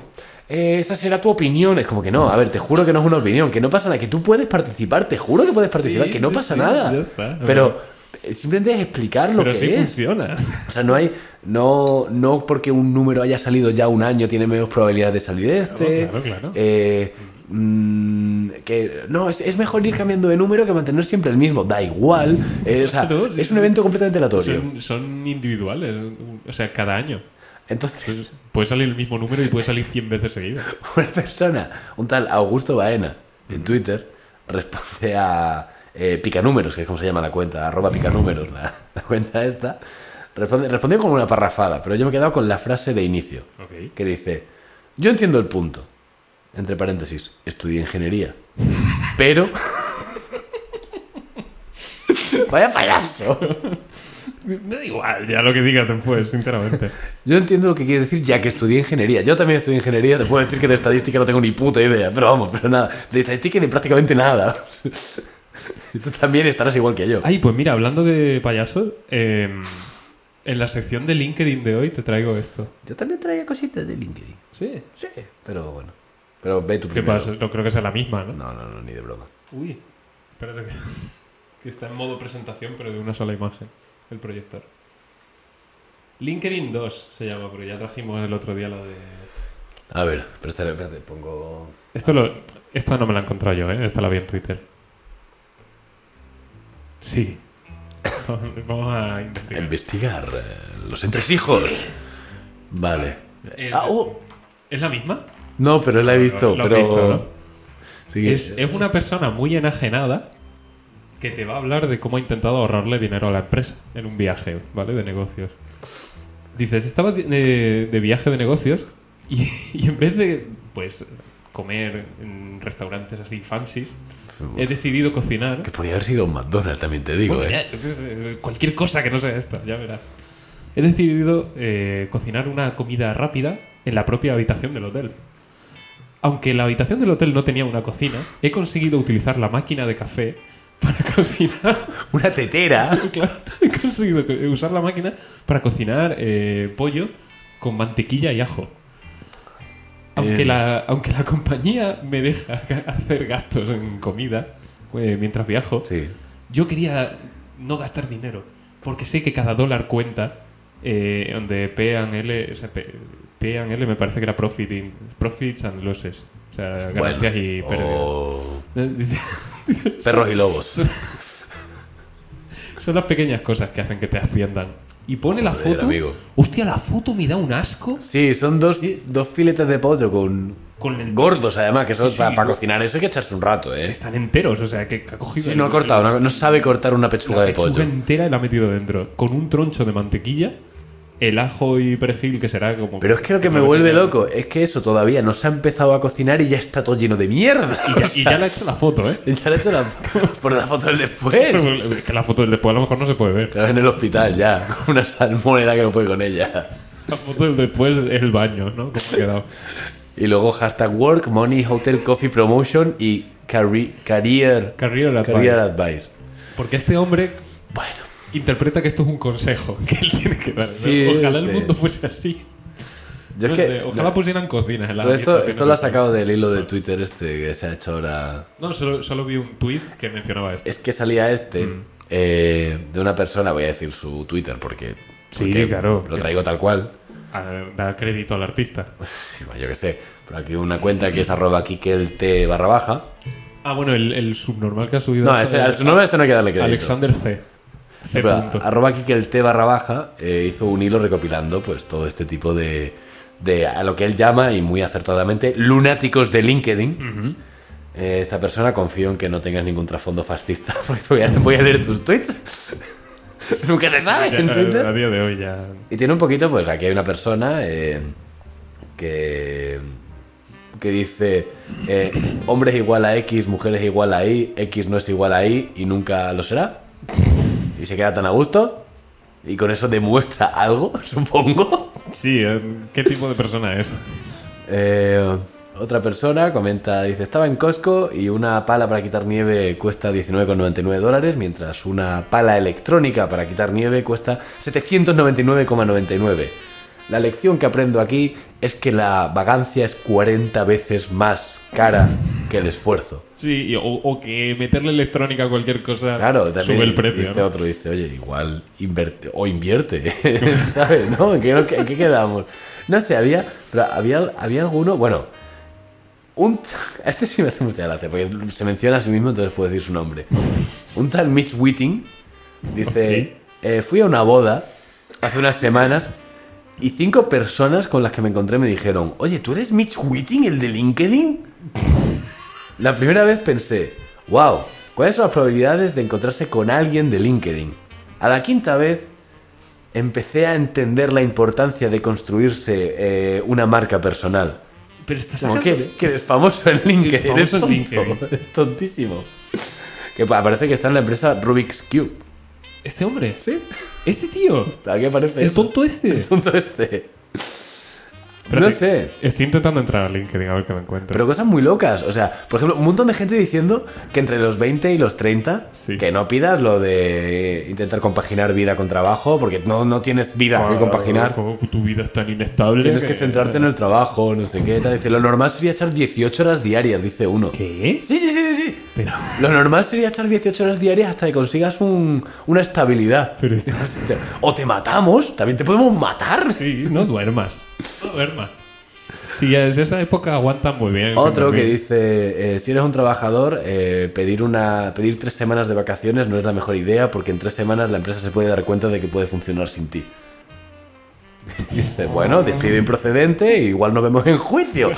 [SPEAKER 1] eh, esa será tu opinión. Es como que no, a ver, te juro que no es una opinión, que no pasa nada, que tú puedes participar, te juro que puedes participar, que no
[SPEAKER 2] sí,
[SPEAKER 1] pasa
[SPEAKER 2] sí,
[SPEAKER 1] nada.
[SPEAKER 2] ya está.
[SPEAKER 1] Pero eh, simplemente es explicar lo
[SPEAKER 2] Pero
[SPEAKER 1] que
[SPEAKER 2] sí
[SPEAKER 1] es.
[SPEAKER 2] funciona.
[SPEAKER 1] O sea, no hay. No, no porque un número haya salido ya un año tiene menos probabilidad de salir este.
[SPEAKER 2] claro, claro.
[SPEAKER 1] Eh, mm, que no, es, es mejor ir cambiando de número que mantener siempre el mismo. Da igual. Eh, o sea,
[SPEAKER 2] Claro, sí,
[SPEAKER 1] es un
[SPEAKER 2] sí.
[SPEAKER 1] evento completamente aleatorio.
[SPEAKER 2] Son, son individuales, o sea, cada año.
[SPEAKER 1] Entonces,
[SPEAKER 2] Entonces, puede salir el mismo número y puede salir 100 veces seguido.
[SPEAKER 1] (laughs) una persona, un tal Augusto Baena, en Twitter, responde a eh, Picanúmeros, que es como se llama la cuenta, arroba Picanúmeros, la, (laughs) la cuenta esta. Responde, respondió con una parrafada, pero yo me he quedado con la frase de inicio.
[SPEAKER 2] Ok.
[SPEAKER 1] que dice, yo entiendo el punto, entre paréntesis, estudié ingeniería, pero... Vaya payaso.
[SPEAKER 2] (laughs) Me da igual ya lo que digas después, sinceramente.
[SPEAKER 1] Yo entiendo lo que quieres decir ya que estudié ingeniería. Yo también estudié ingeniería, te puedo decir que de estadística no tengo ni puta idea, pero vamos, pero nada, de estadística y de prácticamente nada. (laughs) Y Tú también estarás igual que yo.
[SPEAKER 2] Ay, pues mira, hablando de payasos, eh, en la sección de LinkedIn de hoy te traigo esto.
[SPEAKER 1] Yo también traía cositas de LinkedIn.
[SPEAKER 2] Sí.
[SPEAKER 1] Sí, pero bueno. Pero ve tu
[SPEAKER 2] ¿Qué
[SPEAKER 1] primero.
[SPEAKER 2] pasa? No creo que sea la misma, ¿no?
[SPEAKER 1] No, no, no, ni de broma.
[SPEAKER 2] Uy, espérate que, (laughs) que está en modo presentación, pero de una sola imagen, el proyector. LinkedIn 2 se llama, porque ya trajimos el otro día la de...
[SPEAKER 1] A ver, espérate, espérate, pongo...
[SPEAKER 2] Esto lo, esta no me la he encontrado yo, ¿eh? Esta la vi en Twitter. Sí. (laughs) Vamos a
[SPEAKER 1] A
[SPEAKER 2] investigar.
[SPEAKER 1] Investigar eh, los entresijos. Vale.
[SPEAKER 2] El-
[SPEAKER 1] Ah, oh.
[SPEAKER 2] ¿Es la misma?
[SPEAKER 1] No, pero la he visto.
[SPEAKER 2] Lo has
[SPEAKER 1] pero...
[SPEAKER 2] visto, ¿no?
[SPEAKER 1] Sí,
[SPEAKER 2] Es, es una persona muy enajenada que te va a hablar de cómo ha intentado ahorrarle dinero a la empresa en un viaje, ¿vale? De negocios. (laughs) Dices, estaba de, de- de viaje de negocios y, y en vez de, pues, comer en restaurantes así fancy,
[SPEAKER 1] Uf.
[SPEAKER 2] he decidido cocinar.
[SPEAKER 1] Que podía haber sido un McDonald's, también te digo,
[SPEAKER 2] Bueno,
[SPEAKER 1] ¿eh?
[SPEAKER 2] ya, yo qué sé, cualquier cosa que no sea esta, ya verás. He decidido eh, cocinar una comida rápida en la propia habitación del hotel. Aunque la habitación del hotel no tenía una cocina, he conseguido utilizar la máquina de café para (laughs) cocinar.
[SPEAKER 1] Una tetera.
[SPEAKER 2] Claro, he conseguido co- usar la máquina para cocinar eh, pollo con mantequilla y ajo. Aunque
[SPEAKER 1] Bien.
[SPEAKER 2] la, aunque la compañía me deja (laughs) hacer gastos en comida eh, mientras viajo,
[SPEAKER 1] Sí.
[SPEAKER 2] yo quería no gastar dinero, porque sé que cada dólar cuenta, eh, donde P and L, o sea, P, P and L me parece que era profit in- profits and losses, o sea, ganancias
[SPEAKER 1] Bueno,
[SPEAKER 2] y pérdidas.
[SPEAKER 1] o
[SPEAKER 2] Dice,
[SPEAKER 1] Perros y lobos.
[SPEAKER 2] (laughs) Son las pequeñas cosas que hacen que te asciendan. Y pone la
[SPEAKER 1] Joder,
[SPEAKER 2] foto.
[SPEAKER 1] amigo.
[SPEAKER 2] Hostia, la foto me da un asco.
[SPEAKER 1] Sí, son dos, dos filetes de pollo con...
[SPEAKER 2] Con el-
[SPEAKER 1] Gordos, además, que son
[SPEAKER 2] sí,
[SPEAKER 1] para, para
[SPEAKER 2] no.
[SPEAKER 1] cocinar eso hay que echarse un rato, ¿eh?
[SPEAKER 2] Están enteros, o sea, que que ha cogido.
[SPEAKER 1] Sí, no ha cortado, no, no sabe cortar una pechuga
[SPEAKER 2] la
[SPEAKER 1] de
[SPEAKER 2] pechuga
[SPEAKER 1] pollo.
[SPEAKER 2] entera y la ha metido dentro. Con un troncho de mantequilla, el ajo y perejil, que será como.
[SPEAKER 1] Pero es que lo que me vuelve loco es que eso todavía no se ha empezado a cocinar y ya está todo lleno de mierda.
[SPEAKER 2] Y ya, y ya le ha hecho la foto, ¿eh?
[SPEAKER 1] Y (laughs) ya le he hecho la, por la foto del después.
[SPEAKER 2] Pero es que la foto del después a lo mejor no se puede ver.
[SPEAKER 1] Claro, en el hospital ya, (laughs) con una salmonera que no puede con ella.
[SPEAKER 2] La foto del después es el baño, ¿no? Como ha quedado.
[SPEAKER 1] Y luego hashtag work, money, hotel, coffee, promotion y carri- career,
[SPEAKER 2] Career advice.
[SPEAKER 1] career advice.
[SPEAKER 2] Porque este hombre
[SPEAKER 1] Bueno,
[SPEAKER 2] interpreta que esto es un consejo (laughs) que él tiene que dar. ¿no?
[SPEAKER 1] Sí,
[SPEAKER 2] Ojalá el
[SPEAKER 1] sí.
[SPEAKER 2] mundo fuese así.
[SPEAKER 1] yo
[SPEAKER 2] No
[SPEAKER 1] es
[SPEAKER 2] sé,
[SPEAKER 1] que...
[SPEAKER 2] Pues ojalá pusieran cocinas en la
[SPEAKER 1] todo esto,
[SPEAKER 2] habitación
[SPEAKER 1] esto
[SPEAKER 2] de
[SPEAKER 1] lo ha
[SPEAKER 2] casa.
[SPEAKER 1] sacado del hilo de Twitter este que se ha hecho ahora...
[SPEAKER 2] No, solo, solo vi un tuit que mencionaba esto.
[SPEAKER 1] Es que salía este
[SPEAKER 2] Mm.
[SPEAKER 1] eh, de una persona, voy a decir su Twitter porque...
[SPEAKER 2] Sí,
[SPEAKER 1] porque
[SPEAKER 2] claro.
[SPEAKER 1] Lo traigo tal cual. (laughs)
[SPEAKER 2] A ver, da crédito al artista.
[SPEAKER 1] Sí, bueno, yo qué sé. Pero aquí una cuenta que es arroba T barra baja.
[SPEAKER 2] Ah, bueno, el, el subnormal que ha subido.
[SPEAKER 1] No,
[SPEAKER 2] esto
[SPEAKER 1] ese,
[SPEAKER 2] de-
[SPEAKER 1] al su nombre este no hay que darle crédito.
[SPEAKER 2] Alexander C. C.
[SPEAKER 1] Pero,
[SPEAKER 2] punto.
[SPEAKER 1] arroba T barra baja eh, hizo un hilo recopilando pues todo este tipo de, de a lo que él llama y muy acertadamente lunáticos de LinkedIn. Eh, esta persona confío en que no tengas ningún trasfondo fascista (laughs) porque voy a, voy a leer tus tweets. Nunca se sabe
[SPEAKER 2] Ya,
[SPEAKER 1] en Twitter.
[SPEAKER 2] a, a día de hoy ya.
[SPEAKER 1] Y tiene un poquito, pues aquí hay una persona eh, que, que dice eh, hombres igual a X, mujeres igual a Y, X no es igual a Y y nunca lo será. Y se queda tan a gusto. Y con eso demuestra algo, (laughs) supongo.
[SPEAKER 2] Sí, eh, ¿qué tipo de persona es?
[SPEAKER 1] Eh, otra persona comenta, dice, estaba en Costco y una pala para quitar nieve cuesta 19,99 dólares, mientras una pala electrónica para quitar nieve cuesta 799,99. La lección que aprendo aquí es que la vagancia es 40 veces más cara que el esfuerzo.
[SPEAKER 2] Sí, y- o, o que meterle electrónica a cualquier cosa
[SPEAKER 1] Claro, también
[SPEAKER 2] sube el precio.
[SPEAKER 1] dice
[SPEAKER 2] ¿no?
[SPEAKER 1] otro, dice, oye, igual invierte, o invierte, (laughs) ¿sabes? ¿No? ¿En qué, en qué- en qué quedamos? No sé, había, pero había, había alguno, bueno, un, (laughs) t- este sí me hace mucha gracia, porque se menciona a sí mismo, entonces puedo decir su nombre. Un tal Mitch Whiting dice, eh, fui a una boda hace unas semanas y cinco personas con las que me encontré me dijeron, oye, ¿tú eres Mitch Whiting, el de LinkedIn? La primera vez pensé, wow, ¿cuáles son las probabilidades de encontrarse con alguien de LinkedIn? A la quinta vez empecé a entender la importancia de construirse eh, una marca personal.
[SPEAKER 2] Pero este, está
[SPEAKER 1] Como
[SPEAKER 2] sacando...
[SPEAKER 1] que, que eres famoso en LinkedIn,
[SPEAKER 2] Famoso
[SPEAKER 1] eres
[SPEAKER 2] en
[SPEAKER 1] tonto,
[SPEAKER 2] LinkedIn.
[SPEAKER 1] (laughs) eres tontísimo. Que pa- parece que está en la empresa Rubik's Cube.
[SPEAKER 2] Este hombre,
[SPEAKER 1] ¿Sí?
[SPEAKER 2] este tío,
[SPEAKER 1] Aquí aparece
[SPEAKER 2] el
[SPEAKER 1] eso.
[SPEAKER 2] tonto este.
[SPEAKER 1] El tonto este.
[SPEAKER 2] Espérate,
[SPEAKER 1] no sé.
[SPEAKER 2] Estoy intentando entrar a LinkedIn a ver qué me encuentro.
[SPEAKER 1] Pero cosas muy locas. O sea, por ejemplo, un montón de gente diciendo que entre los 20 y los 30,
[SPEAKER 2] Sí.
[SPEAKER 1] que no pidas lo de intentar compaginar vida con trabajo, porque no, no tienes vida que
[SPEAKER 2] Ah,
[SPEAKER 1] compaginar.
[SPEAKER 2] como tu vida es tan inestable.
[SPEAKER 1] Tienes que centrarte en el trabajo, no sé qué. tal. Dice, lo normal sería echar 18 horas diarias, dice uno.
[SPEAKER 2] ¿Qué?
[SPEAKER 1] Sí, sí, sí, sí, sí.
[SPEAKER 2] Pero,
[SPEAKER 1] Lo normal sería echar 18 horas diarias hasta que consigas un- una estabilidad. (laughs)
[SPEAKER 2] pero este-
[SPEAKER 1] O te matamos, también te podemos matar.
[SPEAKER 2] Sí, no duermas. No duermas. Si es esa época aguantan muy bien.
[SPEAKER 1] Otro
[SPEAKER 2] siempre
[SPEAKER 1] que
[SPEAKER 2] bien.
[SPEAKER 1] dice, eh, si eres un trabajador, eh, pedir, una, pedir tres semanas de vacaciones no es la mejor idea porque en tres semanas la empresa se puede dar cuenta de que puede funcionar sin ti. (laughs) Dice, bueno, despido improcedente, igual nos vemos en
[SPEAKER 2] (laughs)
[SPEAKER 1] juicio.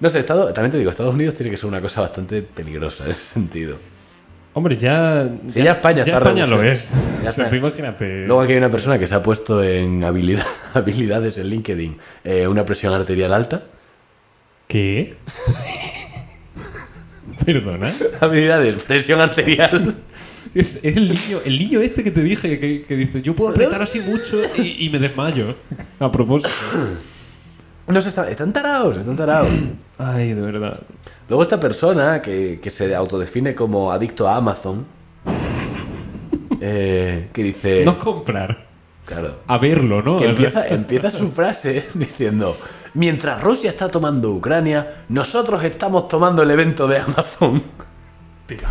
[SPEAKER 1] No sé, Estado- también te digo, Estados Unidos tiene que ser una cosa bastante peligrosa en ese sentido.
[SPEAKER 2] Hombre, ya.
[SPEAKER 1] Sí, ya España está
[SPEAKER 2] España
[SPEAKER 1] reducido.
[SPEAKER 2] lo es.
[SPEAKER 1] Ya
[SPEAKER 2] o sea,
[SPEAKER 1] está.
[SPEAKER 2] tú imagínate.
[SPEAKER 1] Luego aquí hay una persona que se ha (laughs) (laughs) puesto en habilidad- habilidades en LinkedIn eh, una presión arterial alta.
[SPEAKER 2] ¿Qué?
[SPEAKER 1] (laughs)
[SPEAKER 2] Perdona.
[SPEAKER 1] Habilidad de presión arterial. (laughs)
[SPEAKER 2] Es, es el niño, el niño este que te dije que, que dice, yo puedo apretar así mucho y, y me desmayo. A propósito.
[SPEAKER 1] No se está, están tarados, están
[SPEAKER 2] (clears throat)
[SPEAKER 1] tarados.
[SPEAKER 2] Ay, de verdad.
[SPEAKER 1] Luego esta persona que, que se autodefine como adicto a
[SPEAKER 2] (laughs)
[SPEAKER 1] Amazon, eh, que dice...
[SPEAKER 2] No comprar.
[SPEAKER 1] Claro.
[SPEAKER 2] A verlo, ¿no?
[SPEAKER 1] Que
[SPEAKER 2] O sea,
[SPEAKER 1] empieza, empieza su frase (laughs) diciendo, mientras Rusia está tomando Ucrania, nosotros estamos tomando el evento de Amazon. (laughs)
[SPEAKER 2] pero-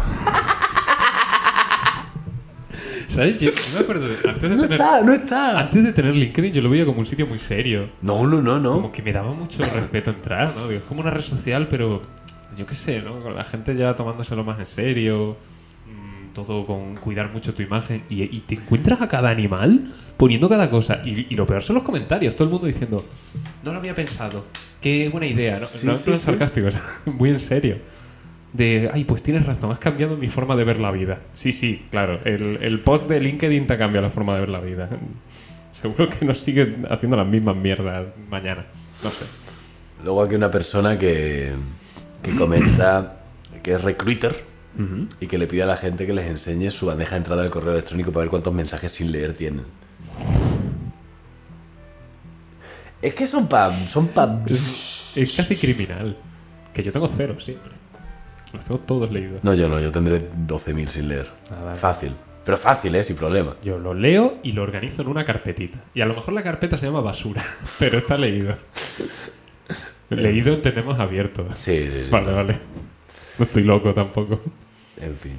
[SPEAKER 2] ¿Sabes? Yo yo me acuerdo de- antes de
[SPEAKER 1] No
[SPEAKER 2] tener-
[SPEAKER 1] está, no está.
[SPEAKER 2] Antes de tener LinkedIn yo lo veía como un sitio muy serio.
[SPEAKER 1] No, no, no,
[SPEAKER 2] Como
[SPEAKER 1] no.
[SPEAKER 2] que me daba mucho respeto entrar, ¿no? Digo, es como una red social, pero yo qué sé, ¿no? Con la gente ya tomándoselo más en serio, mm, todo con cuidar mucho tu imagen. Y, y te encuentras a cada animal poniendo cada cosa. Y, y lo peor son los comentarios, todo el mundo diciendo, no lo había pensado, qué buena idea, ¿no? no en
[SPEAKER 1] sí,
[SPEAKER 2] plan
[SPEAKER 1] sí.
[SPEAKER 2] sarcástico, o sea, (laughs) muy en serio. De, ay, pues tienes razón, has cambiado mi forma de ver la vida. Sí, sí, claro. El, el post de LinkedIn te ha cambiado la forma de ver la vida. (laughs) Seguro que no sigues haciendo las mismas mierdas mañana. No sé.
[SPEAKER 1] Luego aquí una persona que, que comenta que es recruiter y que le pide a la gente que les enseñe su bandeja de entrada del correo electrónico para ver cuántos mensajes sin leer tienen. Es que son pa... Son pa...
[SPEAKER 2] Es casi criminal. Que yo tengo cero siempre. Los tengo todos leídos.
[SPEAKER 1] No, yo no, yo tendré 12.000 sin leer.
[SPEAKER 2] Ah, vale.
[SPEAKER 1] Fácil. Pero fácil, ¿eh? Sin problema.
[SPEAKER 2] Yo lo leo y lo organizo en una carpetita. Y a lo mejor la carpeta se llama basura, (laughs) pero está
[SPEAKER 1] (laughs)
[SPEAKER 2] leído. leído entendemos abierto.
[SPEAKER 1] Sí, sí, sí.
[SPEAKER 2] Vale, vale. No estoy loco tampoco.
[SPEAKER 1] En fin.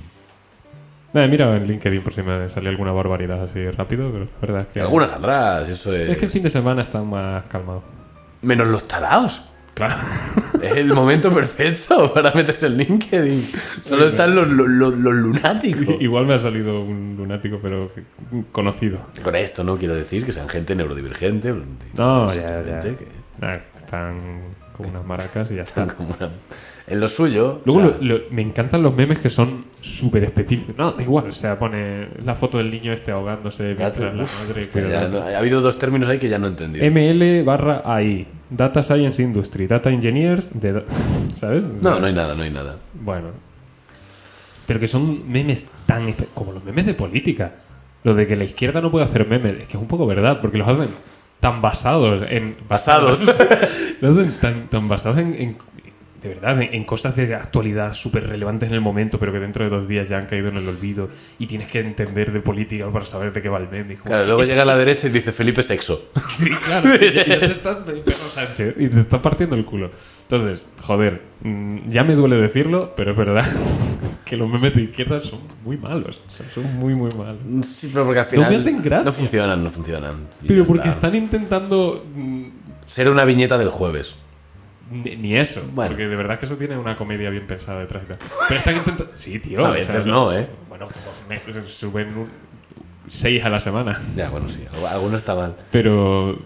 [SPEAKER 2] Nada, Eh, mira en LinkedIn por si me sale alguna barbaridad así rápido, pero la verdad es que...
[SPEAKER 1] Algunas atrás, eso es...
[SPEAKER 2] Es que el fin de semana está más calmado.
[SPEAKER 1] Menos los taraos.
[SPEAKER 2] (laughs) Claro.
[SPEAKER 1] Es el momento (laughs) perfecto para meterse en LinkedIn. Solo están los, los- los- los lunáticos.
[SPEAKER 2] Igual me ha salido un lunático, pero que- conocido.
[SPEAKER 1] Con esto no quiero decir que sean gente neurodivergente.
[SPEAKER 2] No, ya, ya.
[SPEAKER 1] gente que-
[SPEAKER 2] Nada, están como unas maracas y
[SPEAKER 1] (laughs)
[SPEAKER 2] ya está.
[SPEAKER 1] (laughs) como una- En lo suyo.
[SPEAKER 2] Luego
[SPEAKER 1] o sea,
[SPEAKER 2] lo- lo- me encantan los memes que son súper específicos. No, da igual, o sea, pone la foto del niño este ahogándose
[SPEAKER 1] ya te-
[SPEAKER 2] mientras la
[SPEAKER 1] uf,
[SPEAKER 2] madre
[SPEAKER 1] hostia,
[SPEAKER 2] cuida
[SPEAKER 1] ya
[SPEAKER 2] al
[SPEAKER 1] no-
[SPEAKER 2] otro.
[SPEAKER 1] ha habido dos términos ahí que ya no he entendido.
[SPEAKER 2] Em, ML barra AI, Data Science Industry, Data Engineers, de da- (laughs) ¿sabes? O sea,
[SPEAKER 1] No, no hay nada, no hay nada.
[SPEAKER 2] Bueno. Pero que son memes tan... espe- Como los memes de política. Lo de que la izquierda no puede hacer memes. Es que es un poco verdad, porque los hacen tan basados en...
[SPEAKER 1] Basados.
[SPEAKER 2] (laughs) los hacen tan, tan basados en... en- de verdad, en, en cosas de actualidad súper relevantes en el momento, pero que dentro de dos días ya han caído en el olvido y tienes que entender de política para saber de qué va el meme. Es como,
[SPEAKER 1] Claro, luego
[SPEAKER 2] es-
[SPEAKER 1] llega a la derecha y dice Felipe Sexo.
[SPEAKER 2] Sí, claro. Y ya te estás, Pedro Sánchez, y te está partiendo el culo. Entonces, joder, mm, ya me duele decirlo, pero es verdad (laughs) que los memes de izquierda son muy malos. o sea, Son muy, muy malos.
[SPEAKER 1] (laughs) Sí, pero porque al
[SPEAKER 2] No me
[SPEAKER 1] final.
[SPEAKER 2] hacen gracia.
[SPEAKER 1] no funcionan, no funcionan. Y
[SPEAKER 2] Pero
[SPEAKER 1] ya
[SPEAKER 2] porque
[SPEAKER 1] está.
[SPEAKER 2] están intentando... mm,
[SPEAKER 1] Ser una viñeta del jueves.
[SPEAKER 2] Ni, ni eso.
[SPEAKER 1] Bueno.
[SPEAKER 2] Porque de verdad que eso tiene una comedia bien pensada detrás. y tal. Pero están intentando... Sí, tío.
[SPEAKER 1] A
[SPEAKER 2] o
[SPEAKER 1] veces no, ¿eh?
[SPEAKER 2] Bueno, me- se suben un- seis a la semana.
[SPEAKER 1] Ya, bueno, sí. algo- Alguno está mal.
[SPEAKER 2] Pero.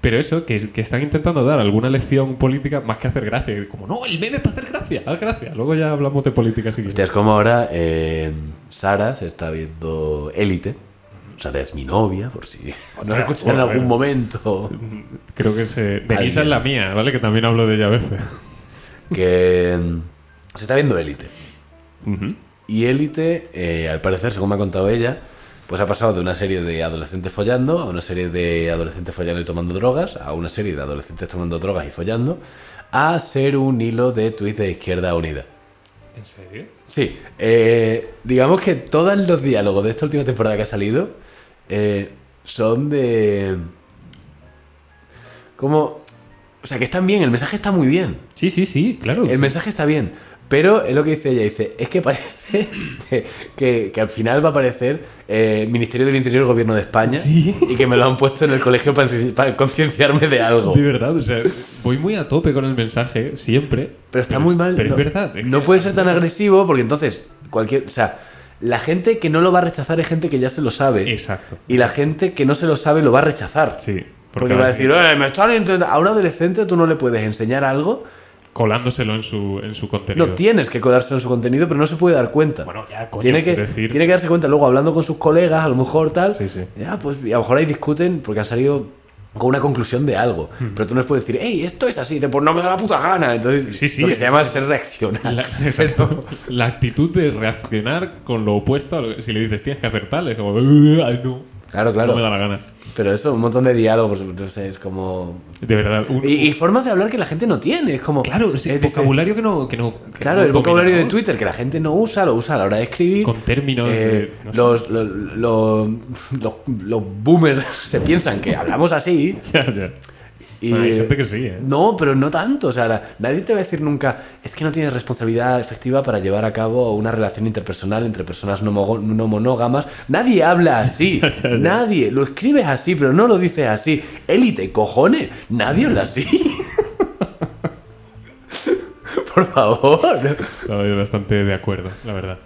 [SPEAKER 2] Pero eso, que, que están intentando dar alguna lección política más que hacer gracia. Y Como, no, el meme es para hacer gracia, haz gracia. Luego ya hablamos de política si
[SPEAKER 1] Hostia, es
[SPEAKER 2] quieres.
[SPEAKER 1] como ahora eh, Sara se está viendo Élite. Sara es mi novia, por si nos
[SPEAKER 2] Otra,
[SPEAKER 1] escuchan en
[SPEAKER 2] joder.
[SPEAKER 1] algún momento.
[SPEAKER 2] Creo que se. Denisa
[SPEAKER 1] Alguien.
[SPEAKER 2] es la mía, ¿vale? Que también hablo de ella a veces.
[SPEAKER 1] Que mm, se está viendo Élite. Y Élite, eh, al parecer, según me ha contado ella, pues ha pasado de una serie de adolescentes follando a una serie de adolescentes follando y tomando drogas, a una serie de adolescentes tomando drogas y follando, a ser un hilo de tweets de Izquierda Unida.
[SPEAKER 2] ¿En serio?
[SPEAKER 1] Sí, eh, digamos que todos los diálogos de esta última temporada que ha salido eh, son de... Como... O sea, que están bien, el mensaje está muy bien.
[SPEAKER 2] Sí, sí, sí, claro.
[SPEAKER 1] El
[SPEAKER 2] Uh, sí.
[SPEAKER 1] mensaje está bien. Pero es lo que dice ella, dice, es que parece (laughs) que, que- que al final va a aparecer eh, Ministerio del Interior, Gobierno de España,
[SPEAKER 2] Sí.
[SPEAKER 1] y que me lo han puesto en el colegio para, ensi- para concienciarme de algo.
[SPEAKER 2] De verdad, o sea, voy muy a tope con el mensaje, siempre.
[SPEAKER 1] Pero está muy mal.
[SPEAKER 2] Pero
[SPEAKER 1] no,
[SPEAKER 2] es verdad. es
[SPEAKER 1] no
[SPEAKER 2] que-
[SPEAKER 1] puede ser tan agresivo porque entonces cualquier, o sea, la gente que no lo va a rechazar es gente que ya se lo sabe
[SPEAKER 2] Exacto.
[SPEAKER 1] y la gente que no se lo sabe lo va a rechazar.
[SPEAKER 2] Sí.
[SPEAKER 1] Porque va a decir, "Eh, me están intentando. A un adolescente tú no le puedes enseñar algo.
[SPEAKER 2] Colándoselo en su, en su contenido.
[SPEAKER 1] "Oh". No tienes que colarse en su contenido, pero no se puede dar cuenta.
[SPEAKER 2] Bueno, ya, coño,
[SPEAKER 1] tiene, que,
[SPEAKER 2] quiero decir-
[SPEAKER 1] tiene que darse cuenta luego hablando con sus colegas, a lo mejor tal.
[SPEAKER 2] Sí, sí.
[SPEAKER 1] Ya, pues y a lo mejor ahí discuten porque han salido con una conclusión de algo.
[SPEAKER 2] Hmm.
[SPEAKER 1] Pero tú no les puedes decir, hey, esto es así, de, pues no me da la puta gana. Entonces,
[SPEAKER 2] Sí, sí,
[SPEAKER 1] lo que se
[SPEAKER 2] exacto.
[SPEAKER 1] llama es ser reaccionar. (laughs)
[SPEAKER 2] La, exacto. La actitud de reaccionar con lo opuesto. a lo que- si le dices tienes que hacer tal, es como. "Eh, ay, no.
[SPEAKER 1] Claro,
[SPEAKER 2] No me da
[SPEAKER 1] claro.
[SPEAKER 2] la gana.
[SPEAKER 1] Pero eso, un montón de diálogos, entonces es como...
[SPEAKER 2] De verdad. un-
[SPEAKER 1] Y, y formas de hablar que la gente no tiene, es como...
[SPEAKER 2] Uh. claro, sí,
[SPEAKER 1] es decir,
[SPEAKER 2] vocabulario que no. Que no que
[SPEAKER 1] Claro,
[SPEAKER 2] no
[SPEAKER 1] el vocabulario de
[SPEAKER 2] domina, ¿no?
[SPEAKER 1] Twitter que la gente no usa, lo usa a la hora de escribir.
[SPEAKER 2] Con términos de-
[SPEAKER 1] Eh,
[SPEAKER 2] no sé.
[SPEAKER 1] los, los, los, los- los boomers (laughs) se piensan que hablamos así.
[SPEAKER 2] (laughs) Ya, ya.
[SPEAKER 1] Y,
[SPEAKER 2] Bueno, hay gente que sí, ¿eh?
[SPEAKER 1] No, pero no tanto. O sea, la- nadie te va a decir nunca, es que no tienes responsabilidad efectiva para llevar a cabo una relación interpersonal entre personas no, mogo- no monógamas. Nadie
[SPEAKER 2] (laughs)
[SPEAKER 1] habla así.
[SPEAKER 2] Ya, ya, ya.
[SPEAKER 1] Nadie. Lo escribes así, pero no lo dices así. Élite, cojones. Nadie habla así. (laughs) Por favor.
[SPEAKER 2] Estoy bastante de acuerdo, la verdad.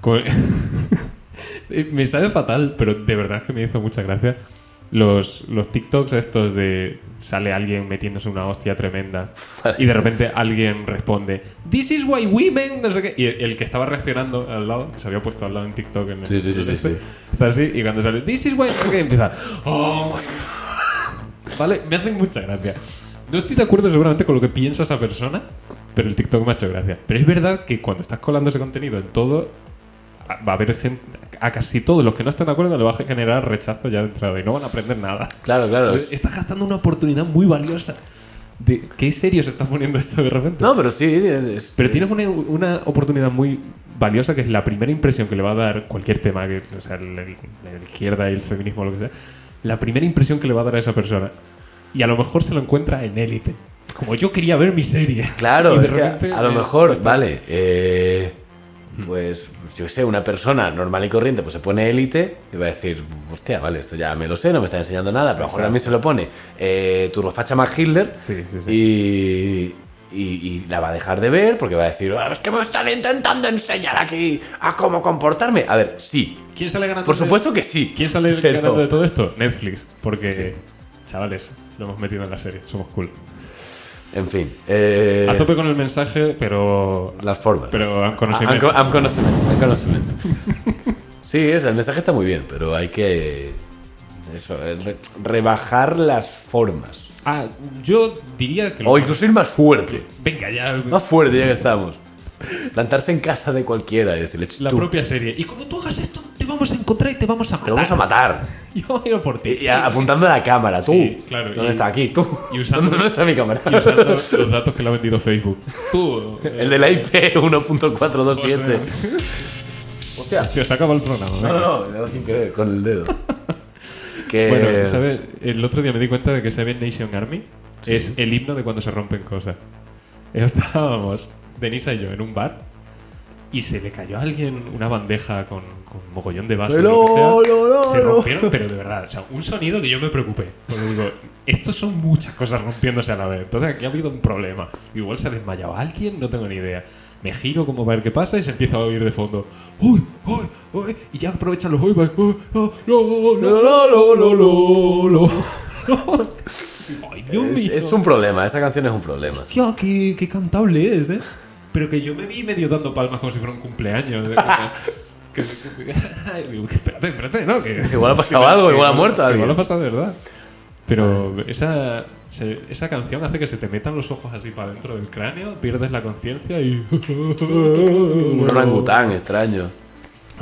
[SPEAKER 2] Con- (laughs) Eh, me sabe fatal, pero de verdad que me hizo mucha gracia. Los, los TikToks estos de sale alguien metiéndose una hostia tremenda y de repente alguien responde This is why women no sé qué y el, el que estaba reaccionando al lado que se había puesto al lado en TikTok en el-
[SPEAKER 1] Sí, sí, sí,
[SPEAKER 2] en
[SPEAKER 1] sí,
[SPEAKER 2] este,
[SPEAKER 1] sí.
[SPEAKER 2] está así y cuando sale This is why no sé qué", empieza "Oh, Vale, me hacen mucha gracia. No estoy de acuerdo seguramente con lo que piensa esa persona, pero el TikTok me ha hecho gracia. Pero es verdad que cuando estás colando ese contenido en todo, a- va a haber gente, a casi todos los que no están de acuerdo le va a generar rechazo ya de entrada y no van a aprender nada.
[SPEAKER 1] Claro, claro.
[SPEAKER 2] Entonces, estás gastando una oportunidad muy valiosa. De, ¿Qué serio se está poniendo esto de repente?
[SPEAKER 1] No, pero sí. es- es-
[SPEAKER 2] Pero tienes una, una oportunidad muy valiosa que es la primera impresión que le va a dar cualquier tema, que, o sea, el- el- la izquierda y el feminismo, lo que sea. La primera impresión que le va a dar a esa persona. Y a lo mejor se lo encuentra en élite. Como yo quería ver mi serie.
[SPEAKER 1] Claro,
[SPEAKER 2] (laughs) Y de
[SPEAKER 1] es que
[SPEAKER 2] repente,
[SPEAKER 1] a lo
[SPEAKER 2] eh,
[SPEAKER 1] mejor,
[SPEAKER 2] está-
[SPEAKER 1] vale, eh,
[SPEAKER 2] Mm.
[SPEAKER 1] pues yo qué sé, una persona normal y corriente pues se pone élite y va a decir, hostia, vale, esto ya me lo sé, no me está enseñando nada, pero a lo mejor también se lo pone eh, turbofacha más Hitler
[SPEAKER 2] Sí, sí, sí.
[SPEAKER 1] y, y- y la va a dejar de ver porque va a decir, "Ah, es que me están intentando enseñar aquí a cómo comportarme. A ver, sí,
[SPEAKER 2] ¿Quién sale ganando?
[SPEAKER 1] por
[SPEAKER 2] de-
[SPEAKER 1] supuesto que sí.
[SPEAKER 2] ¿Quién sale
[SPEAKER 1] pero-
[SPEAKER 2] ganando de todo esto? Netflix. Porque, chavales, lo hemos metido en la serie. Somos cool.
[SPEAKER 1] En fin, eh,
[SPEAKER 2] A tope con el mensaje, pero.
[SPEAKER 1] las formas.
[SPEAKER 2] Pero han conocido.
[SPEAKER 1] Am- Ah, am- am conocimiento, am conocimiento. Sí, es, el mensaje está muy bien, pero hay que. Eso, es re- rebajar las formas.
[SPEAKER 2] Ah, yo diría que. lo-
[SPEAKER 1] O incluso ir más fuerte.
[SPEAKER 2] Venga, ya.
[SPEAKER 1] Más fuerte ya que estamos. Plantarse en casa de cualquiera y decirle, "Ch,
[SPEAKER 2] la
[SPEAKER 1] tú,
[SPEAKER 2] propia serie. Y como tú hagas esto, te vamos a encontrar y te vamos a matar.
[SPEAKER 1] te vamos a matar.
[SPEAKER 2] (laughs) Yo voy a por ti.
[SPEAKER 1] Y, pues, y a- apuntando a la cámara, tú.
[SPEAKER 2] Sí, claro,
[SPEAKER 1] ¿Dónde
[SPEAKER 2] y-
[SPEAKER 1] está aquí? Tú.
[SPEAKER 2] y usando-
[SPEAKER 1] ¿Dónde está mi cámara?
[SPEAKER 2] Y usando los datos que le ha vendido Facebook. Tú. eh,
[SPEAKER 1] (laughs) El de la IP 1.427.
[SPEAKER 2] José,
[SPEAKER 1] Hostia.
[SPEAKER 2] Tío, se acaba el programa. ¿eh?
[SPEAKER 1] No,
[SPEAKER 2] venga.
[SPEAKER 1] no, no, le he dado sin querer, con el
[SPEAKER 2] (laughs)
[SPEAKER 1] dedo. Que...
[SPEAKER 2] Bueno, ¿sabes? El otro día me di cuenta de que Seven Nation Army es el himno de cuando se rompen cosas. Estábamos, Denisa y yo, en un bar y se le cayó a alguien una bandeja con, con mogollón de vasos.
[SPEAKER 1] Pero,
[SPEAKER 2] lo que sea.
[SPEAKER 1] lo, lo,
[SPEAKER 2] se
[SPEAKER 1] lo.
[SPEAKER 2] rompieron, pero de verdad, o sea, un sonido que yo me preocupé. Porque digo, estos son muchas cosas rompiéndose a la vez. Entonces aquí ha habido un problema. Igual se ha desmayado alguien, no tengo ni idea. Me giro como para ver qué pasa y se empieza a oír de fondo. ¡Uy! ¡Uy! ¡Uy! Y ya aprovechan los uy, va, uy, oh, no, no,
[SPEAKER 1] lo, lo,
[SPEAKER 2] lo, lo. Ay, Dios
[SPEAKER 1] Es,
[SPEAKER 2] mío.
[SPEAKER 1] es un problema, esa canción es un problema.
[SPEAKER 2] Hostia, qué, qué cantable es, ¿eh? Pero que yo me vi medio dando palmas como si fuera un cumpleaños. ¿eh? (laughs) Que- que- (laughs) Ay, digo, que espérate, espérate, ¿no? Que,
[SPEAKER 1] Igual ha
[SPEAKER 2] (laughs)
[SPEAKER 1] pasado algo, igual ha muerto alguien.
[SPEAKER 2] Igual ha pasado de verdad. Pero esa, se- esa canción hace que se te metan los ojos así para dentro del cráneo, pierdes la conciencia y...
[SPEAKER 1] (laughs) Un
[SPEAKER 2] Un
[SPEAKER 1] orangután extraño.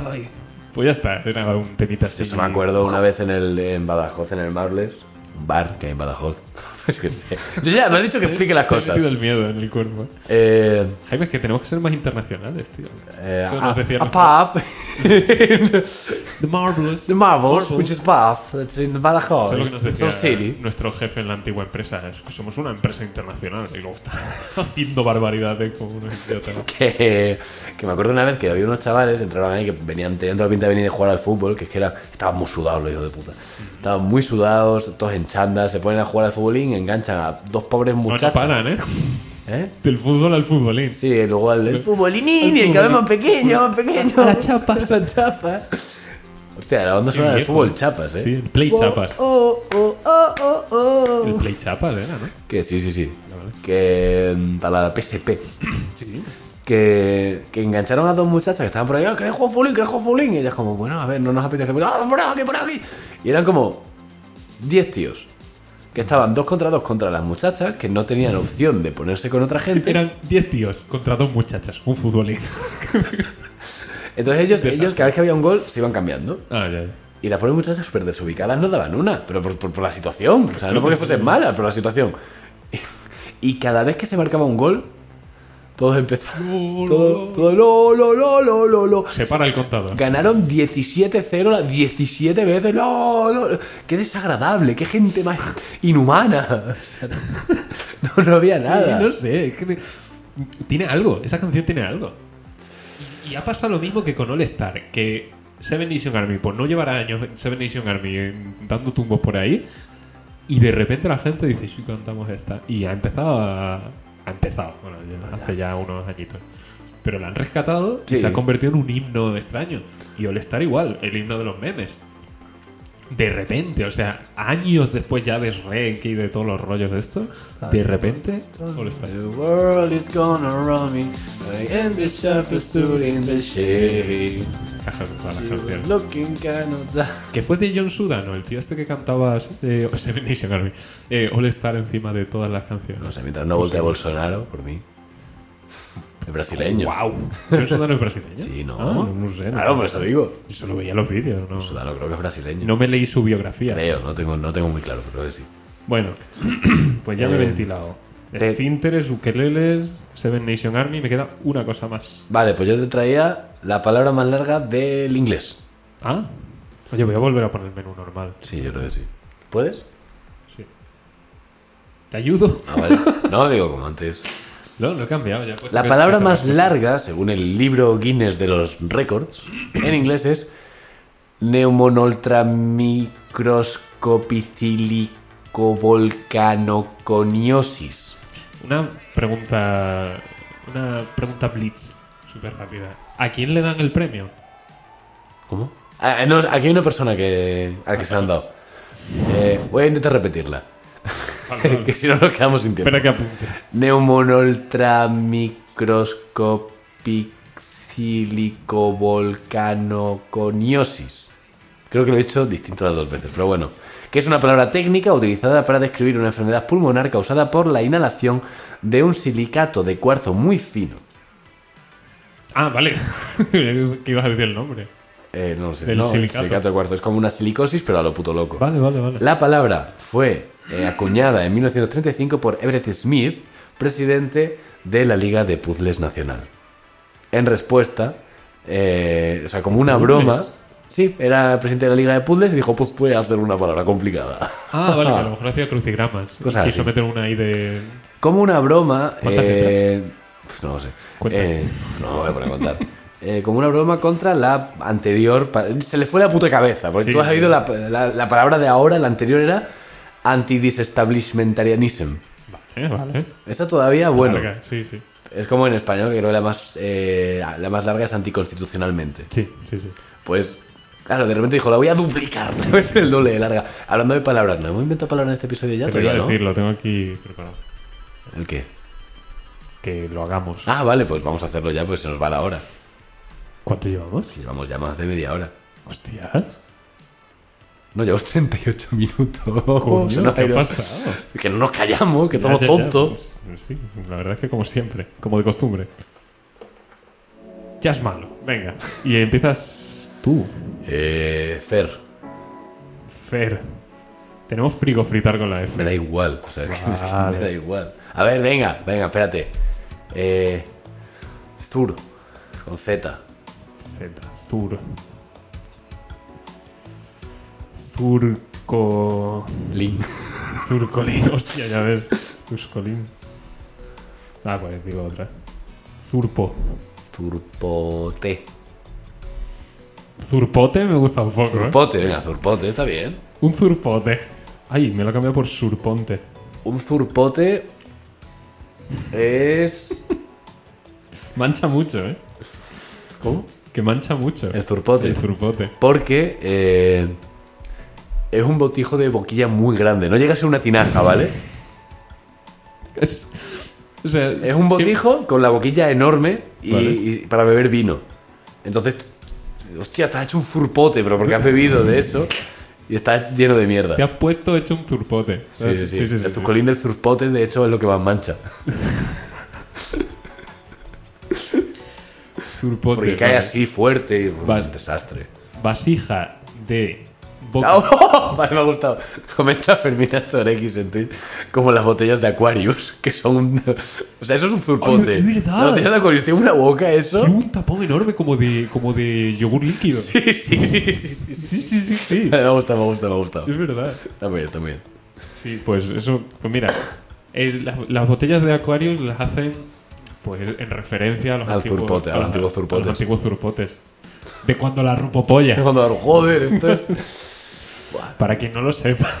[SPEAKER 2] Ay, pues ya está, era un temita así.
[SPEAKER 1] Eso me acuerdo una vez en, el, en Badajoz, en el Marbles, un bar que hay en Badajoz. (laughs) Es que sé. Yo ya, me has dicho que explique las
[SPEAKER 2] Te he
[SPEAKER 1] cosas.
[SPEAKER 2] metido el miedo en el cuerpo.
[SPEAKER 1] Eh,
[SPEAKER 2] Jaime, es que tenemos que ser más internacionales, tío.
[SPEAKER 1] eh,
[SPEAKER 2] Eso
[SPEAKER 1] a-
[SPEAKER 2] nos decía
[SPEAKER 1] a
[SPEAKER 2] nuestro-
[SPEAKER 1] pub (laughs)
[SPEAKER 2] The Marvelous.
[SPEAKER 1] The Marbles, which is Bath, it's in Badajoz,
[SPEAKER 2] Eso es lo que nos
[SPEAKER 1] it's
[SPEAKER 2] decía
[SPEAKER 1] our city.
[SPEAKER 2] nuestro jefe en la antigua empresa. Es que somos una empresa internacional y luego está (laughs) haciendo barbaridades como unos idiotas.
[SPEAKER 1] que, que me acuerdo una vez que había unos chavales, entraron ahí que venían teniendo la pinta de venir de jugar al fútbol, que es que era, estaban muy sudados los hijos de puta. Estaban muy sudados, todos en chandas, se ponen a jugar al futbolín, enganchan a dos pobres
[SPEAKER 2] No, no
[SPEAKER 1] muchachos.
[SPEAKER 2] paran, ¿eh?
[SPEAKER 1] ¿Eh?
[SPEAKER 2] Del fútbol al futbolín.
[SPEAKER 1] Sí, y luego al el futbolinín,
[SPEAKER 2] el
[SPEAKER 1] y el cada vez
[SPEAKER 2] futbolín.
[SPEAKER 1] más pequeño, más pequeño. las chapas. Las chapas. Hostia, la banda
[SPEAKER 2] Qué
[SPEAKER 1] sonora del
[SPEAKER 2] viejo.
[SPEAKER 1] fútbol chapas, ¿eh?
[SPEAKER 2] Sí, el Play Chapas.
[SPEAKER 1] Oh, oh, oh, oh, oh.
[SPEAKER 2] El Play Chapas era, ¿no?
[SPEAKER 1] Que sí, sí, sí.
[SPEAKER 2] Vale.
[SPEAKER 1] Que mm, para la PSP.
[SPEAKER 2] Sí.
[SPEAKER 1] que, que engancharon a dos muchachas que estaban por ahí, "Ah, ¿queréis jugar fulín? ¿Queréis jugar fulín? Y ellas como, bueno, a ver, no nos apetece. "Ah, por aquí, por aquí! Y eran como 10 tíos. que estaban dos contra dos contra las muchachas que no tenían opción de ponerse con otra gente.
[SPEAKER 2] Eran 10 tíos contra dos muchachas, un futbolista.
[SPEAKER 1] Entonces ellos,
[SPEAKER 2] Desastre.
[SPEAKER 1] ellos cada vez que había un gol se iban cambiando.
[SPEAKER 2] Ah, ya, ya.
[SPEAKER 1] Y las pobres muchachas súper desubicadas no daban una, pero por, por- por la situación. O sea, no porque (laughs) fuesen malas, pero la situación. Y, cada vez que se marcaba un gol, todos empezaron.
[SPEAKER 2] No,
[SPEAKER 1] todo,
[SPEAKER 2] no.
[SPEAKER 1] todo, lo, lo, lo, lo, lo, lo.
[SPEAKER 2] Se para el contador.
[SPEAKER 1] Ganaron 17-0 las 17 veces. ¡No, no! qué desagradable! ¡Qué gente más inhumana! (laughs) O sea, no, no había nada.
[SPEAKER 2] Sí, no sé. es que me- Tiene algo. Esa canción tiene algo. Y, y ha pasado lo mismo que con All Star. Que Seven Nation Army, por no llevar años Seven Nation Army eh, dando tumbos por ahí. Y de repente la gente dice, sí, cantamos esta. Y ha empezado a... Ha empezado. Bueno, ya hace ya unos añitos. Pero la han rescatado y
[SPEAKER 1] Sí.
[SPEAKER 2] se ha convertido en un himno extraño. Y All Star igual, el himno de los memes. De repente, o sea, años después ya de Shrek y de todos los rollos de esto, de repente, All Star.
[SPEAKER 1] The world is gonna run me. I am the sharpest tool in the shade.
[SPEAKER 2] Caja de todas las
[SPEAKER 1] She
[SPEAKER 2] canciones.
[SPEAKER 1] was looking kind of down.
[SPEAKER 2] Que fue de John Sudano, el tío este que cantaba eh, (laughs) Seven Nation Army, eh, All Star encima de todas las canciones.
[SPEAKER 1] No sé, mientras no voltee Bolsonaro, por mí. El brasileño.
[SPEAKER 2] ¡Wow! ¿John Sudano es brasileño?
[SPEAKER 1] Sí, no.
[SPEAKER 2] Ah, no, no sé. no
[SPEAKER 1] Claro,
[SPEAKER 2] sé.
[SPEAKER 1] por eso digo.
[SPEAKER 2] Yo solo veía los vídeos, ¿no?
[SPEAKER 1] Sudano creo que es brasileño.
[SPEAKER 2] No me leí su biografía.
[SPEAKER 1] Creo, no tengo, no tengo muy claro, pero creo que sí. (clears throat)
[SPEAKER 2] Bueno, pues ya me he
[SPEAKER 1] Eh,
[SPEAKER 2] ventilado.
[SPEAKER 1] te-
[SPEAKER 2] Esfínteres, ukeleles, Seven Nation Army, me queda una cosa más.
[SPEAKER 1] Vale, pues yo te traía la palabra más larga del inglés.
[SPEAKER 2] Ah, oye, voy a volver a poner el menú normal.
[SPEAKER 1] Sí, yo creo que sí. ¿Puedes?
[SPEAKER 2] Sí.
[SPEAKER 1] (laughs)
[SPEAKER 2] ¿Te ayudo?
[SPEAKER 1] Ah, vale. No, digo como antes.
[SPEAKER 2] No, lo he cambiado ya. he puesto
[SPEAKER 1] La
[SPEAKER 2] que-
[SPEAKER 1] palabra
[SPEAKER 2] que se
[SPEAKER 1] más
[SPEAKER 2] me-
[SPEAKER 1] larga, según el libro Guinness de los récords, en inglés es neumonoltramicroscopicilicovolcanoconiosis.
[SPEAKER 2] Una pregunta. Una pregunta blitz, súper rápida. ¿A quién le dan el premio?
[SPEAKER 1] ¿Cómo? Ah, aquí hay una persona que, a la que se la han dado. Eh, voy a intentar repetirla.
[SPEAKER 2] Vale, vale.
[SPEAKER 1] (laughs) que si no nos quedamos sin tiempo.
[SPEAKER 2] Espera que apunte.
[SPEAKER 1] Neumonoltramicroscopicilicovolcanoconiosis. Creo que lo he dicho distinto las dos veces, pero bueno. Que es una palabra técnica utilizada para describir una enfermedad pulmonar causada por la inhalación de un silicato de cuarzo muy fino.
[SPEAKER 2] Ah, vale. (laughs) que ibas a decir el nombre.
[SPEAKER 1] Eh, no lo sé,
[SPEAKER 2] Del
[SPEAKER 1] no,
[SPEAKER 2] silicato.
[SPEAKER 1] de cuarzo. Es como una silicosis, pero a lo puto loco.
[SPEAKER 2] Vale, vale, vale.
[SPEAKER 1] La palabra fue eh, acuñada en 1935 por Everett Smith, presidente de la Liga de Puzzles Nacional. En respuesta, eh, o sea, como una
[SPEAKER 2] ¿Puzzles?
[SPEAKER 1] broma, sí, era presidente de la Liga de Puzzles y dijo, pues voy a hacer una palabra complicada. (laughs)
[SPEAKER 2] Ah, vale, que a lo mejor hacía crucigramas.
[SPEAKER 1] Cosas
[SPEAKER 2] Quiso
[SPEAKER 1] así.
[SPEAKER 2] meter una ahí de.
[SPEAKER 1] Como una broma,
[SPEAKER 2] ¿Cuántas
[SPEAKER 1] eh, pues no lo sé.
[SPEAKER 2] Cuenta.
[SPEAKER 1] Eh, no me voy a poner a contar. Eh, como una broma contra la anterior. pa- Se le fue la puta cabeza, porque
[SPEAKER 2] Sí,
[SPEAKER 1] tú has
[SPEAKER 2] sí.
[SPEAKER 1] oído la, la- la palabra de ahora, la anterior era antidisestablishmentarianism.
[SPEAKER 2] Vale, vale.
[SPEAKER 1] Esa todavía, bueno,
[SPEAKER 2] Larga, Sí, sí.
[SPEAKER 1] es como en español, que creo que la más, eh, la más larga es anticonstitucionalmente.
[SPEAKER 2] Sí, sí, sí.
[SPEAKER 1] Pues, claro, de repente dijo, la voy a duplicar, (laughs) la voy a hacer el doble de larga. Hablando de palabras, ¿no hemos inventado palabras en este episodio ya?
[SPEAKER 2] Te lo
[SPEAKER 1] Todavía
[SPEAKER 2] iba a
[SPEAKER 1] no.
[SPEAKER 2] decir, lo tengo aquí preparado.
[SPEAKER 1] ¿El qué?
[SPEAKER 2] Que lo hagamos.
[SPEAKER 1] Ah, vale, pues vamos a hacerlo ya, pues se nos va la hora.
[SPEAKER 2] ¿Cuánto llevamos?
[SPEAKER 1] Que llevamos ya más de media hora.
[SPEAKER 2] Hostias.
[SPEAKER 1] No, llevamos 38 minutos. (laughs) Se
[SPEAKER 2] Coño,
[SPEAKER 1] nos ha
[SPEAKER 2] ¿qué ha
[SPEAKER 1] ido.
[SPEAKER 2] pasado?
[SPEAKER 1] Que no nos callamos, que
[SPEAKER 2] Ya,
[SPEAKER 1] somos
[SPEAKER 2] ya, ya.
[SPEAKER 1] tontos.
[SPEAKER 2] Pues, sí, la verdad es que como siempre, como de costumbre. Ya es malo. Venga. Y empiezas tú,
[SPEAKER 1] Eh, Fer,
[SPEAKER 2] Fer. Tenemos frigo fritar con la
[SPEAKER 1] me
[SPEAKER 2] F.
[SPEAKER 1] da igual. O sea, (laughs) que es que
[SPEAKER 2] Vale.
[SPEAKER 1] me da igual. A ver, venga, venga, espérate. Eh, Zur, con Z.
[SPEAKER 2] Z. Zur. Zurco.
[SPEAKER 1] Link.
[SPEAKER 2] (laughs) Zurcolín. Hostia, ya ves. Zurcolín. Ah, pues digo otra. Zurpo. ¿Eh?
[SPEAKER 1] Turpote.
[SPEAKER 2] Zurpote me gusta un poco, ¿eh?
[SPEAKER 1] Pote, venga, Zurpote, está bien.
[SPEAKER 2] Un zurpote. Ay, me lo he cambiado por surponte.
[SPEAKER 1] Un Zurpote
[SPEAKER 2] (laughs)
[SPEAKER 1] es.
[SPEAKER 2] Mancha mucho, ¿eh? ¿Cómo? Que mancha mucho.
[SPEAKER 1] El Zurpote.
[SPEAKER 2] El zurpote.
[SPEAKER 1] Porque eh, es un botijo de boquilla muy grande. No llega a ser una tinaja, ¿vale?
[SPEAKER 2] Es, o sea,
[SPEAKER 1] Es un botijo con la boquilla enorme y,
[SPEAKER 2] Vale.
[SPEAKER 1] y para beber vino. Entonces, hostia, te has hecho un furpote, pero porque has bebido de eso. y está lleno de mierda.
[SPEAKER 2] Te has puesto hecho un zurpote.
[SPEAKER 1] Sí, sí, sí. el zucolín del zurpote, de hecho, es lo que más mancha.
[SPEAKER 2] Zurpote,
[SPEAKER 1] Porque cae
[SPEAKER 2] vale.
[SPEAKER 1] así fuerte y pues,
[SPEAKER 2] Vas-
[SPEAKER 1] un desastre.
[SPEAKER 2] Vasija de
[SPEAKER 1] (laughs)
[SPEAKER 2] boca.
[SPEAKER 1] ¡Oh! Vale, me ha gustado. Comenta Fermina X en Twitch como las botellas de Aquarius, que son un... O sea, eso es un zurpote.
[SPEAKER 2] Ay, es verdad.
[SPEAKER 1] Las botellas de Aquarius tienen una boca, eso.
[SPEAKER 2] Tiene un tapón enorme como de, como de yogur líquido. Sí,
[SPEAKER 1] Sí, sí, sí, sí, sí, sí.
[SPEAKER 2] sí, sí, sí.
[SPEAKER 1] Me ha gustado, me ha gustado, me ha gustado.
[SPEAKER 2] Es verdad.
[SPEAKER 1] También, también.
[SPEAKER 2] Sí, pues eso, pues mira, el- las, las botellas de Aquarius las hacen pues en referencia a los
[SPEAKER 1] Al
[SPEAKER 2] antiguos,
[SPEAKER 1] zurpote, a los
[SPEAKER 2] a-
[SPEAKER 1] antiguos
[SPEAKER 2] a
[SPEAKER 1] zurpotes.
[SPEAKER 2] los antiguos zurpotes. De cuando la rupopolla.
[SPEAKER 1] Es cuando, joder, esto es...
[SPEAKER 2] Para quien no lo sepa. (laughs)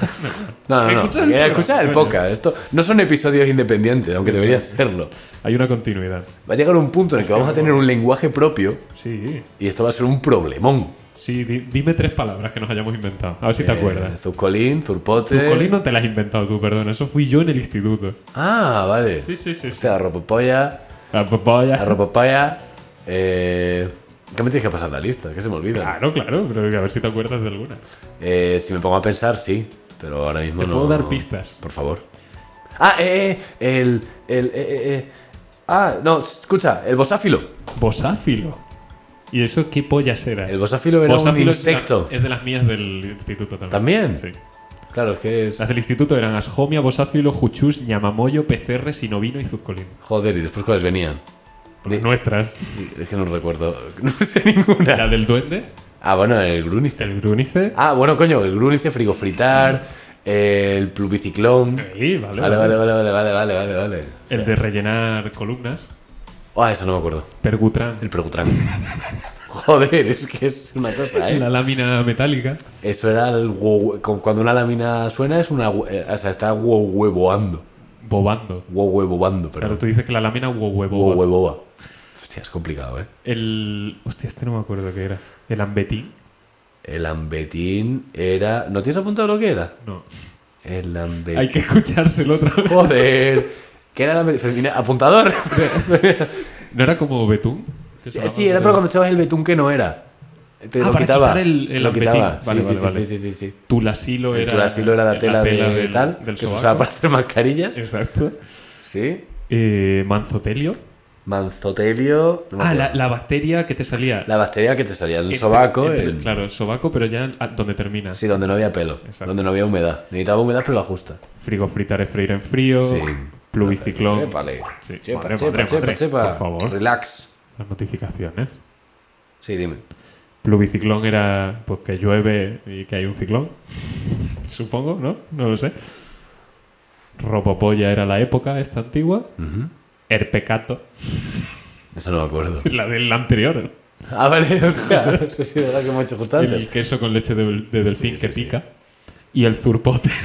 [SPEAKER 1] No, no, no.
[SPEAKER 2] Escucha
[SPEAKER 1] Escucha
[SPEAKER 2] el
[SPEAKER 1] el,
[SPEAKER 2] podcast, coño.
[SPEAKER 1] podcast. Esto no son episodios independientes, aunque deberían serlo.
[SPEAKER 2] Hay una continuidad.
[SPEAKER 1] Va a llegar un punto en el que vamos a tener un lenguaje propio
[SPEAKER 2] Sí.
[SPEAKER 1] y esto va a ser un problemón.
[SPEAKER 2] Sí, di- dime tres palabras que nos hayamos inventado. A ver si te
[SPEAKER 1] Eh,
[SPEAKER 2] acuerdas.
[SPEAKER 1] Zucolín, Zurpote.
[SPEAKER 2] Zucolín no te las has inventado tú, perdón. Eso fui yo en el instituto.
[SPEAKER 1] Ah, vale. Este,
[SPEAKER 2] Sí, sí, sí.
[SPEAKER 1] O
[SPEAKER 2] sí.
[SPEAKER 1] sea, arropopolla,
[SPEAKER 2] La papaya.
[SPEAKER 1] arropopaya. Eh, ¿Qué me tienes que pasar la lista? Que se me olvida.
[SPEAKER 2] Claro, claro, pero a ver si te acuerdas de alguna.
[SPEAKER 1] Eh, si me pongo a pensar, sí. Pero ahora mismo
[SPEAKER 2] Te
[SPEAKER 1] no.
[SPEAKER 2] puedo dar pistas.
[SPEAKER 1] Por favor. Ah, eh, eh, el. el eh, eh, eh. Ah, no, escucha, el bosáfilo.
[SPEAKER 2] Bosáfilo. ¿Y eso qué pollas era?
[SPEAKER 1] El bosáfilo era
[SPEAKER 2] Bosáfilo
[SPEAKER 1] un insecto.
[SPEAKER 2] Es, de la- es de las mías del instituto también.
[SPEAKER 1] ¿También?
[SPEAKER 2] Sí.
[SPEAKER 1] Claro, es que es.
[SPEAKER 2] Las del instituto eran Asjomia, Bosáfilo, Juchus, Ñamamoyo, Pecerre, Sinovino y Zuzcolín.
[SPEAKER 1] Joder, ¿y después cuáles venían?
[SPEAKER 2] Pues
[SPEAKER 1] (laughs)
[SPEAKER 2] Nuestras.
[SPEAKER 1] Y- Es que no recuerdo. (laughs) No sé ninguna.
[SPEAKER 2] La del duende,
[SPEAKER 1] Ah, bueno, el grunice.
[SPEAKER 2] el grunice.
[SPEAKER 1] Ah, bueno, coño, el grunice, frigofritar, el plubiciclón.
[SPEAKER 2] Sí, vale,
[SPEAKER 1] Vale, vale, vale, vale, vale, vale, vale, vale.
[SPEAKER 2] El de rellenar columnas.
[SPEAKER 1] Ah, eso no me acuerdo.
[SPEAKER 2] Pergutrán.
[SPEAKER 1] El percutrán. (laughs) Joder, es que es una cosa, ¿eh?
[SPEAKER 2] La lámina metálica.
[SPEAKER 1] Eso era el wow- con- Cuando una lámina suena es una... hue- eh, O sea, está wow huevoando.
[SPEAKER 2] Bobando.
[SPEAKER 1] Wow huevobando,
[SPEAKER 2] Claro,
[SPEAKER 1] pero...
[SPEAKER 2] tú dices que la lámina huevo huevo.
[SPEAKER 1] Wow huevoa. Hostia, es complicado, ¿eh?
[SPEAKER 2] El. Hostia, este no me acuerdo qué era. El ambetín.
[SPEAKER 1] El ambetín era... ¿No tienes apuntado lo que era?
[SPEAKER 2] No.
[SPEAKER 1] El ambetín...
[SPEAKER 2] Hay que escuchárselo otra vez.
[SPEAKER 1] (laughs) Joder. ¿Qué era la me- Fermina? Apuntador.
[SPEAKER 2] ¿No era como betún?
[SPEAKER 1] (laughs)
[SPEAKER 2] Que
[SPEAKER 1] sí,
[SPEAKER 2] sonaba
[SPEAKER 1] sí, era
[SPEAKER 2] de-
[SPEAKER 1] pero cuando echabas el betún que no era. Te
[SPEAKER 2] Ah,
[SPEAKER 1] lo
[SPEAKER 2] para
[SPEAKER 1] quitaba.
[SPEAKER 2] quitar el- el
[SPEAKER 1] lo
[SPEAKER 2] ambetín.
[SPEAKER 1] quitaba.
[SPEAKER 2] Vale,
[SPEAKER 1] sí,
[SPEAKER 2] vale,
[SPEAKER 1] sí, sí,
[SPEAKER 2] vale.
[SPEAKER 1] sí, sí, sí.
[SPEAKER 2] Tulasilo
[SPEAKER 1] El
[SPEAKER 2] era.
[SPEAKER 1] tulasilo era la tela, de
[SPEAKER 2] del-
[SPEAKER 1] tal,
[SPEAKER 2] Del
[SPEAKER 1] que se
[SPEAKER 2] sobaco.
[SPEAKER 1] usaba para hacer mascarillas.
[SPEAKER 2] Exacto.
[SPEAKER 1] Sí.
[SPEAKER 2] Eh, manzotelio.
[SPEAKER 1] Manzotelio. no me
[SPEAKER 2] Ah,
[SPEAKER 1] acuerdo.
[SPEAKER 2] la, la bacteria que te salía.
[SPEAKER 1] La bacteria que te salía del
[SPEAKER 2] Entre-
[SPEAKER 1] sobaco.
[SPEAKER 2] entre-
[SPEAKER 1] el-
[SPEAKER 2] Claro, el sobaco, pero ya a- donde termina.
[SPEAKER 1] Sí, donde no había pelo.
[SPEAKER 2] Exacto.
[SPEAKER 1] Donde no había humedad. Necesitaba humedad, pero la justa.
[SPEAKER 2] Frigo fritar es freír en frío.
[SPEAKER 1] Sí.
[SPEAKER 2] Plubiciclón.
[SPEAKER 1] Épale.
[SPEAKER 2] Sí.
[SPEAKER 1] Chepa,
[SPEAKER 2] Madre,
[SPEAKER 1] chepa,
[SPEAKER 2] madre,
[SPEAKER 1] chepa,
[SPEAKER 2] madre.
[SPEAKER 1] chepa.
[SPEAKER 2] Por favor.
[SPEAKER 1] Relax.
[SPEAKER 2] Las notificaciones.
[SPEAKER 1] Sí, dime.
[SPEAKER 2] Plubiciclón era pues que llueve y que hay un ciclón. (laughs) Supongo, ¿no? No lo sé. Ropopolla era la época esta antigua.
[SPEAKER 1] Ujú.
[SPEAKER 2] Herpecato.
[SPEAKER 1] Eso no me acuerdo.
[SPEAKER 2] (laughs)
[SPEAKER 1] (laughs)
[SPEAKER 2] La del anterior.
[SPEAKER 1] Ah, vale, o sea, (laughs) no sé si es verdad que hemos hecho justo
[SPEAKER 2] ¿no?
[SPEAKER 1] antes.
[SPEAKER 2] El queso con leche de, de delfín
[SPEAKER 1] sí,
[SPEAKER 2] que
[SPEAKER 1] sí.
[SPEAKER 2] pica. Y el zurpote. (laughs)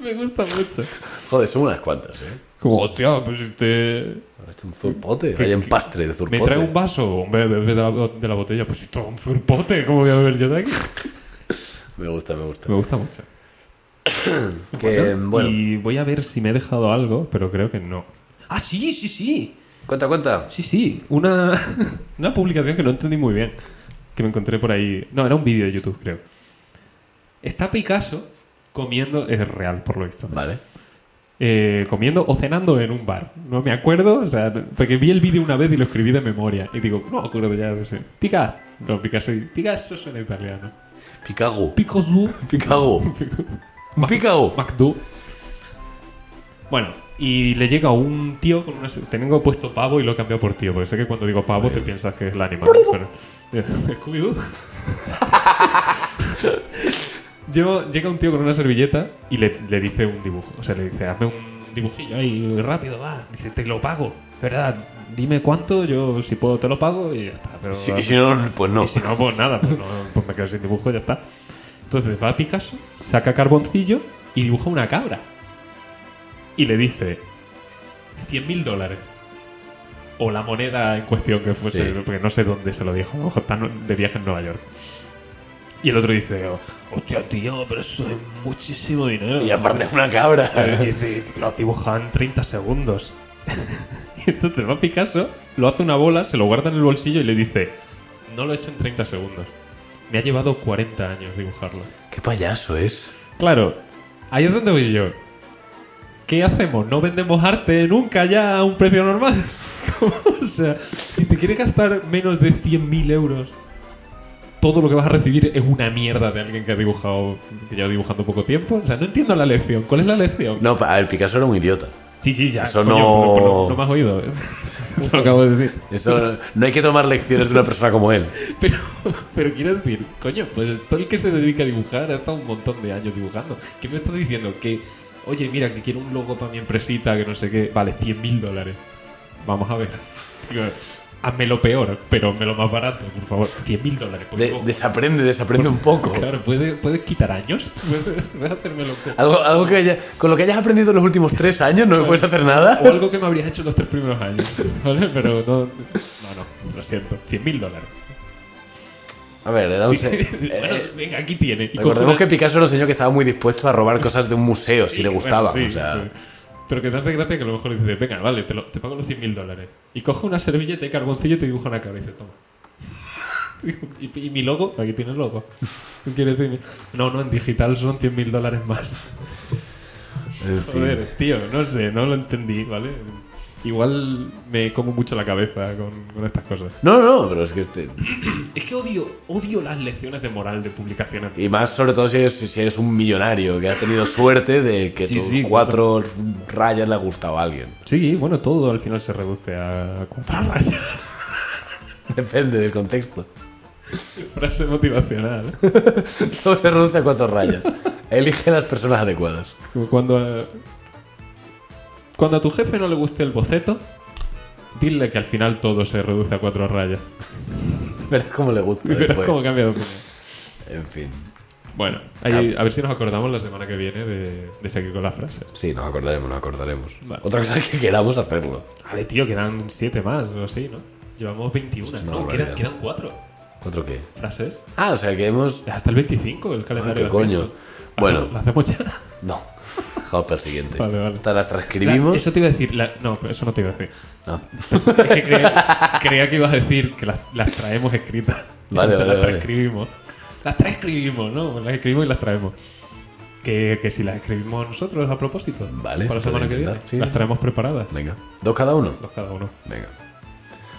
[SPEAKER 2] Me gusta mucho.
[SPEAKER 1] Joder, son unas cuantas, ¿eh?
[SPEAKER 2] Como, hostia, pues este.
[SPEAKER 1] Es un zurpote. Hay un pastre de zurpote.
[SPEAKER 2] ¿Me trae un vaso? Hombre, bebe de la, de la botella. Pues esto es un zurpote. ¿Cómo voy a beber yo de aquí?
[SPEAKER 1] Me gusta, me gusta.
[SPEAKER 2] (laughs) Me gusta mucho.
[SPEAKER 1] Que, bueno,
[SPEAKER 2] Y voy a ver si me he dejado algo, pero creo que no. Ah, sí, sí, sí.
[SPEAKER 1] cuenta, cuenta.
[SPEAKER 2] Sí, sí. Una, (laughs) una publicación que no entendí muy bien. Que me encontré por ahí. No, era un vídeo de YouTube, creo. Está Picasso comiendo. Es real, por lo visto.
[SPEAKER 1] Vale.
[SPEAKER 2] Eh, comiendo o cenando en un bar. No me acuerdo, o sea, porque vi el vídeo una vez y lo escribí de memoria. Y digo, no me acuerdo ya, no sé. Picasso. No, Picasso. y- Picasso suena italiano.
[SPEAKER 1] Picago.
[SPEAKER 2] Picasso.
[SPEAKER 1] Picago. Un Picago.
[SPEAKER 2] McDo. Bueno, y le llega un tío con una. Tengo puesto pavo y lo he cambiado por tío, porque sé que cuando digo pavo te piensas que es el animal. Pero... (laughs) Scooby-Doo. Llevo- llega un tío con una servilleta y le, le dice un dibujo. O sea, le dice, hazme un dibujillo ahí rápido, va. Dice, te lo pago, ¿verdad? Dime cuánto, yo si puedo te lo pago y ya está. Pero,
[SPEAKER 1] Sí, y si no, pues no.
[SPEAKER 2] y si no, pues nada, pues, no, pues me quedo sin dibujo y ya está. Entonces va a Picasso, saca carboncillo y dibuja una cabra. Y le dice 100 mil dólares. O la moneda en cuestión que fuese,
[SPEAKER 1] Sí.
[SPEAKER 2] porque no sé dónde se lo dijo. A lo mejor está de viaje en Nueva York. Y el otro dice, hostia tío, pero eso es muchísimo dinero.
[SPEAKER 1] Y aparte es una
[SPEAKER 2] Y
[SPEAKER 1] cabra.
[SPEAKER 2] dice, lo dibuja en 30 segundos. (laughs) y entonces va Picasso, lo hace una bola, se lo guarda en el bolsillo y le dice, no lo he hecho en 30 segundos. Me ha llevado 40 años dibujarla.
[SPEAKER 1] Qué payaso es.
[SPEAKER 2] Claro, ahí es donde voy yo. ¿Qué hacemos? ¿No vendemos arte nunca ya a un precio normal? (laughs) o sea, si te quieres gastar menos de 100.000 euros, todo lo que vas a recibir es una mierda de alguien que ha dibujado, que lleva dibujando poco tiempo. O sea, no entiendo la lección. ¿Cuál es la lección?
[SPEAKER 1] No, pa- a ver, Picasso era un idiota.
[SPEAKER 2] Sí, sí, ya.
[SPEAKER 1] Eso
[SPEAKER 2] coño,
[SPEAKER 1] no-
[SPEAKER 2] pero- pero no me has oído. (laughs) Eso lo acabo de decir.
[SPEAKER 1] Eso, no hay que tomar lecciones de una persona como él.
[SPEAKER 2] Pero, (laughs) pero quiero decir, coño, pues todo el que se dedica a dibujar ha estado un montón de años dibujando. ¿Qué me estás diciendo? Que, oye, mira, que quiero un logo para mi empresita, que no sé qué. Vale, 100 mil dólares. Vamos a ver. (laughs) Digo, Házmelo peor, pero lo más barato, por favor. 100 mil dólares. por
[SPEAKER 1] De-
[SPEAKER 2] favor.
[SPEAKER 1] desaprende, desaprende un poco.
[SPEAKER 2] Claro, ¿puedes, puedes quitar años.
[SPEAKER 1] (laughs)
[SPEAKER 2] Puedes, puedes hacérmelo peor.
[SPEAKER 1] Algo, algo que haya- con lo que hayas aprendido en los últimos tres años no me puedes hacer nada.
[SPEAKER 2] O algo que me habrías hecho los tres primeros años. (laughs) ¿Vale? Pero no. No, no, lo siento. 100 mil dólares.
[SPEAKER 1] A ver, era un... se-
[SPEAKER 2] (laughs) Bueno,
[SPEAKER 1] eh,
[SPEAKER 2] venga, aquí tiene. Y coge
[SPEAKER 1] recordemos
[SPEAKER 2] una-
[SPEAKER 1] que Picasso era un señor que estaba muy dispuesto a robar cosas de un museo
[SPEAKER 2] Sí,
[SPEAKER 1] si le gustaba.
[SPEAKER 2] bueno, sí,
[SPEAKER 1] o sea,
[SPEAKER 2] Pero que te hace gracia que a lo mejor dices, venga, vale, te, lo- te pago los 100 mil dólares. Y coge una servilleta y carboncillo y te dibuja una cabeza. Toma. (laughs) Y, y mi logo, aquí tiene el logo. Quiere decir, no, no, en digital son 100 mil dólares más.
[SPEAKER 1] en fin.
[SPEAKER 2] Joder, tío, no sé, no lo entendí, ¿vale? Igual me como mucho la cabeza con, con estas cosas.
[SPEAKER 1] No, no, pero es que... este-
[SPEAKER 2] Es que odio, odio las lecciones de moral de publicaciones.
[SPEAKER 1] Y más sobre todo si eres, si eres un millonario que has tenido suerte de que
[SPEAKER 2] Sí,
[SPEAKER 1] tus
[SPEAKER 2] sí,
[SPEAKER 1] cuatro rayas le ha gustado a alguien. (laughs)
[SPEAKER 2] Sí, bueno, todo al final se reduce a cuatro rayas.
[SPEAKER 1] Depende del contexto.
[SPEAKER 2] (laughs) Frase motivacional.
[SPEAKER 1] Todo se reduce a cuatro rayas. Elige las personas adecuadas.
[SPEAKER 2] Como Cuando a, cuando a tu jefe no le guste el boceto, dile que al final todo se reduce a cuatro rayas. (laughs)
[SPEAKER 1] Verás cómo le gusta.
[SPEAKER 2] Y verás
[SPEAKER 1] después.
[SPEAKER 2] cómo cambia de opinión.
[SPEAKER 1] En fin.
[SPEAKER 2] Bueno, ahí- a ver si nos acordamos la semana que viene de, de seguir con las frases.
[SPEAKER 1] Sí, nos acordaremos, nos acordaremos.
[SPEAKER 2] Vale.
[SPEAKER 1] Otra cosa es que queramos hacerlo.
[SPEAKER 2] Vale, tío, quedan siete más o así, ¿no? Llevamos 21.
[SPEAKER 1] una
[SPEAKER 2] No,
[SPEAKER 1] barbaridad.
[SPEAKER 2] quedan, quedan cuatro
[SPEAKER 1] ¿Otro qué?
[SPEAKER 2] frases.
[SPEAKER 1] Ah, o sea que hemos.
[SPEAKER 2] Es Hasta el 25 el
[SPEAKER 1] Ah,
[SPEAKER 2] calendario.
[SPEAKER 1] ¿Qué
[SPEAKER 2] de
[SPEAKER 1] coño?
[SPEAKER 2] Adviento. Ah,
[SPEAKER 1] Bueno,
[SPEAKER 2] ¿Lo hacemos ya?
[SPEAKER 1] no. (laughs) Vamos para el siguiente.
[SPEAKER 2] Vale, vale.
[SPEAKER 1] Estas las transcribimos.
[SPEAKER 2] La- eso te iba a decir. la- no, pero eso no te iba a decir.
[SPEAKER 1] Ah,
[SPEAKER 2] Es que creía, creía que ibas a decir que las, las traemos escritas.
[SPEAKER 1] (laughs) Vale,
[SPEAKER 2] O
[SPEAKER 1] vale,
[SPEAKER 2] sea, las
[SPEAKER 1] vale.
[SPEAKER 2] transcribimos. Las transcribimos, ¿no? Las escribimos y las traemos. Que, que si las escribimos nosotros a propósito.
[SPEAKER 1] Vale,
[SPEAKER 2] Para la
[SPEAKER 1] se puede
[SPEAKER 2] semana que viene.
[SPEAKER 1] intentar, sí.
[SPEAKER 2] Las traemos preparadas.
[SPEAKER 1] Venga. ¿Dos cada uno?
[SPEAKER 2] Dos cada uno.
[SPEAKER 1] Venga.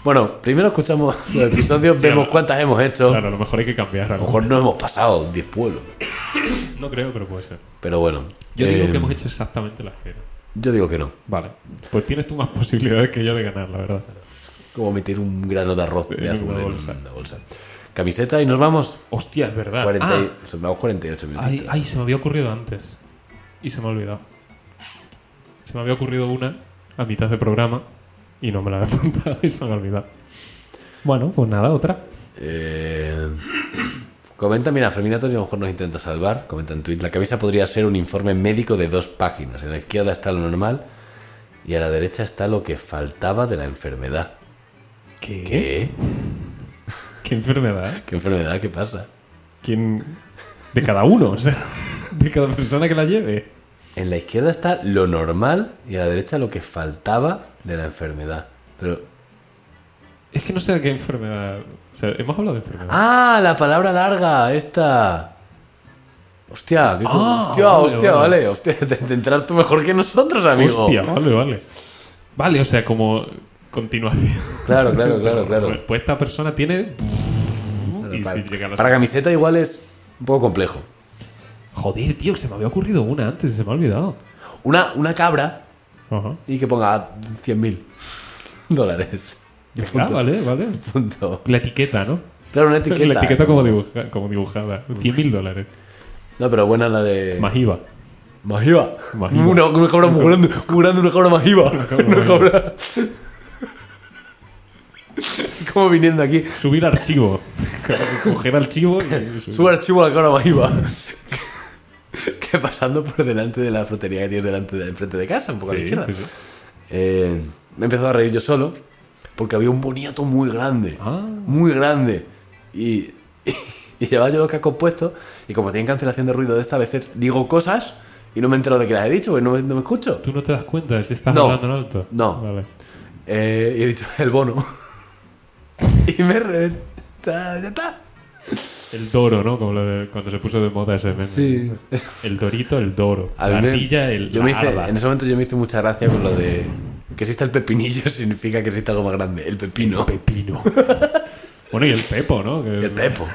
[SPEAKER 1] Bueno, primero escuchamos (laughs) los episodios,
[SPEAKER 2] Sí,
[SPEAKER 1] vemos
[SPEAKER 2] a-
[SPEAKER 1] cuántas hemos hecho.
[SPEAKER 2] Claro, a lo mejor hay que cambiar.
[SPEAKER 1] A lo mejor no hemos pasado 10 pueblos.
[SPEAKER 2] No creo, pero puede ser.
[SPEAKER 1] Pero bueno.
[SPEAKER 2] Yo
[SPEAKER 1] eh,
[SPEAKER 2] digo que hemos hecho exactamente las que eran.
[SPEAKER 1] Yo digo que no.
[SPEAKER 2] Vale. Pues tienes tú más (laughs) posibilidades que yo de ganar, la verdad.
[SPEAKER 1] Como meter un grano de arroz
[SPEAKER 2] En
[SPEAKER 1] de
[SPEAKER 2] una
[SPEAKER 1] azul en
[SPEAKER 2] bolsa.
[SPEAKER 1] una bolsa. Camiseta y nos vamos.
[SPEAKER 2] Hostia, es verdad.
[SPEAKER 1] 40 y-
[SPEAKER 2] Ah,
[SPEAKER 1] o sea, vamos 48 minutos.
[SPEAKER 2] Ay, ay, se me había ocurrido antes. Y se me ha olvidado. Se me había ocurrido una a mitad de programa y no me la había (laughs) apuntado y se me ha olvidado. Bueno, pues nada, otra.
[SPEAKER 1] Eh, comenta, mira, Ferminatos y a lo mejor nos intenta salvar. Comenta en tweet. La cabeza podría ser un informe médico de dos páginas. En la izquierda está lo normal y a la derecha está lo que faltaba de la enfermedad.
[SPEAKER 2] ¿Qué? ¿Qué,
[SPEAKER 1] ¿Qué?
[SPEAKER 2] enfermedad?
[SPEAKER 1] ¿Qué enfermedad? ¿Qué pasa?
[SPEAKER 2] ¿Quién? De cada uno, o sea, (laughs) de cada persona que la lleve.
[SPEAKER 1] En la izquierda está lo normal y a la derecha lo que faltaba de la enfermedad. Pero.
[SPEAKER 2] Es que no sé a qué enfermedad. O sea, hemos hablado de enfermedad.
[SPEAKER 1] ¡Ah! La palabra larga, esta. Hostia, qué co-
[SPEAKER 2] Ah,
[SPEAKER 1] hostia,
[SPEAKER 2] vale,
[SPEAKER 1] hostia,
[SPEAKER 2] vale.
[SPEAKER 1] vale. Hostia, te, te enteras tú mejor que nosotros, amigo.
[SPEAKER 2] Hostia, vale, vale. Vale, o sea, como continuación.
[SPEAKER 1] Claro, claro, claro, claro.
[SPEAKER 2] Pues esta persona tiene. Y
[SPEAKER 1] para,
[SPEAKER 2] si llega a la
[SPEAKER 1] para camiseta igual es un poco complejo.
[SPEAKER 2] Joder, tío, se me había ocurrido una antes y se me ha olvidado.
[SPEAKER 1] Una, una cabra
[SPEAKER 2] Ajá.
[SPEAKER 1] y que ponga 100.000 dólares. Y
[SPEAKER 2] Ah,
[SPEAKER 1] punto,
[SPEAKER 2] vale, vale.
[SPEAKER 1] punto.
[SPEAKER 2] La etiqueta, ¿no?
[SPEAKER 1] Claro, una etiqueta. ¿eh?
[SPEAKER 2] La etiqueta como, dibuja- como dibujada. 100 mil dólares.
[SPEAKER 1] No, pero buena la de.
[SPEAKER 2] Más IVA.
[SPEAKER 1] Majiva.
[SPEAKER 2] Más IVA.
[SPEAKER 1] Una, una cabra muy grande, muy grande, una cabra majiva.
[SPEAKER 2] cabra
[SPEAKER 1] Una
[SPEAKER 2] más
[SPEAKER 1] cabra. Como viniendo aquí.
[SPEAKER 2] Subir archivo. (laughs) Coger archivo y subir.
[SPEAKER 1] (laughs) Sube archivo a la cabra majiva. que pasando por delante de la frutería que tienes delante de, enfrente de casa, un poco a la
[SPEAKER 2] Sí,
[SPEAKER 1] izquierda.
[SPEAKER 2] sí, sí.
[SPEAKER 1] Eh, me he empezado a reír yo solo porque había un boniato muy grande.
[SPEAKER 2] Ah.
[SPEAKER 1] Muy grande. Y, y, llevaba yo los cascos puestos y como tienen cancelación de ruido de esta, a veces digo cosas y no me entero de que las he dicho, porque no me, no me escucho.
[SPEAKER 2] ¿Tú no te das cuenta si estás
[SPEAKER 1] No.
[SPEAKER 2] hablando en alto?
[SPEAKER 1] No.
[SPEAKER 2] Vale.
[SPEAKER 1] (laughs) Eh, y he dicho el bono. y me reventa. Ya está.
[SPEAKER 2] El Doro, ¿no? Como lo de- cuando se puso de moda ese meme.
[SPEAKER 1] Sí.
[SPEAKER 2] El Dorito, el Doro.
[SPEAKER 1] (laughs) A mí
[SPEAKER 2] la
[SPEAKER 1] me-
[SPEAKER 2] ardilla, el
[SPEAKER 1] yo
[SPEAKER 2] la
[SPEAKER 1] me hice-
[SPEAKER 2] arda.
[SPEAKER 1] En ese momento yo me hice mucha gracia con lo de que exista el pepinillo (laughs) significa que existe algo más grande, el pepino. (laughs)
[SPEAKER 2] Pepino. bueno, y el Pepo, ¿no? Que
[SPEAKER 1] El
[SPEAKER 2] es-
[SPEAKER 1] pepo.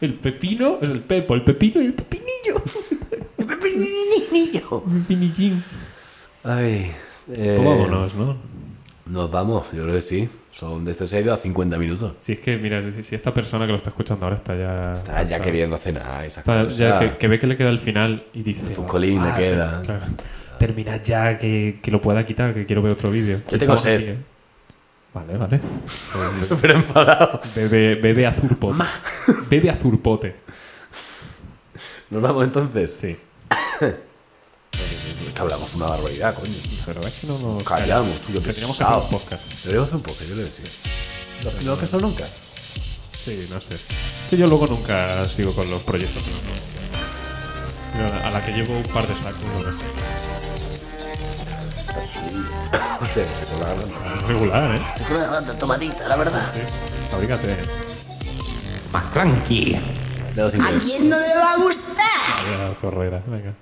[SPEAKER 2] El Pepino es el Pepo, el Pepino y el Pepinillo.
[SPEAKER 1] El (laughs) pepinillo.
[SPEAKER 2] Pepinillín.
[SPEAKER 1] Ay. eh,
[SPEAKER 2] Pues vámonos, ¿no?
[SPEAKER 1] Nos vamos, yo creo que sí. Son de este se ha ido a 50 minutos.
[SPEAKER 2] Si es que, mira, si, si esta persona que lo está escuchando ahora está
[SPEAKER 1] Estará Ah,
[SPEAKER 2] ya.
[SPEAKER 1] ya
[SPEAKER 2] cansada.
[SPEAKER 1] queriendo cenar esas
[SPEAKER 2] Está
[SPEAKER 1] cosas.
[SPEAKER 2] ya que, que ve que le queda el final y dice.
[SPEAKER 1] Zucolín le
[SPEAKER 2] "Ah,
[SPEAKER 1] queda".
[SPEAKER 2] Claro. Terminad ya, que, que lo pueda quitar, que quiero ver otro vídeo.
[SPEAKER 1] Yo tengo
[SPEAKER 2] Estamos
[SPEAKER 1] sed.
[SPEAKER 2] ¿eh? Vale, vale.
[SPEAKER 1] (laughs) Súper enfadado.
[SPEAKER 2] Bebe, bebe azurpote. Bebe azurpote.
[SPEAKER 1] Nos vamos entonces.
[SPEAKER 2] Sí.
[SPEAKER 1] (coughs) Es que hablamos una barbaridad, coño.
[SPEAKER 2] Pero es que no nos.
[SPEAKER 1] Callamos, tío, qué
[SPEAKER 2] Tendríamos que hacer un
[SPEAKER 1] pesado.
[SPEAKER 2] podcast.
[SPEAKER 1] Deberíamos hacer un poco, yo le decía. ¿No has pensado nunca?
[SPEAKER 2] Sí, no sé. Sí, yo luego nunca sigo con los proyectos. Pero a la que llevo un par de sacos. no sé.
[SPEAKER 1] Hostia, que te la garganta.
[SPEAKER 2] Es regular, ¿eh?
[SPEAKER 4] Se come la tomadita, la verdad.
[SPEAKER 2] Sí. Abrígate.
[SPEAKER 3] McClanky.
[SPEAKER 1] Dedo sin
[SPEAKER 4] ¿A
[SPEAKER 1] querer.
[SPEAKER 4] quién no le va a gustar?
[SPEAKER 2] Venga, zorrera. Venga.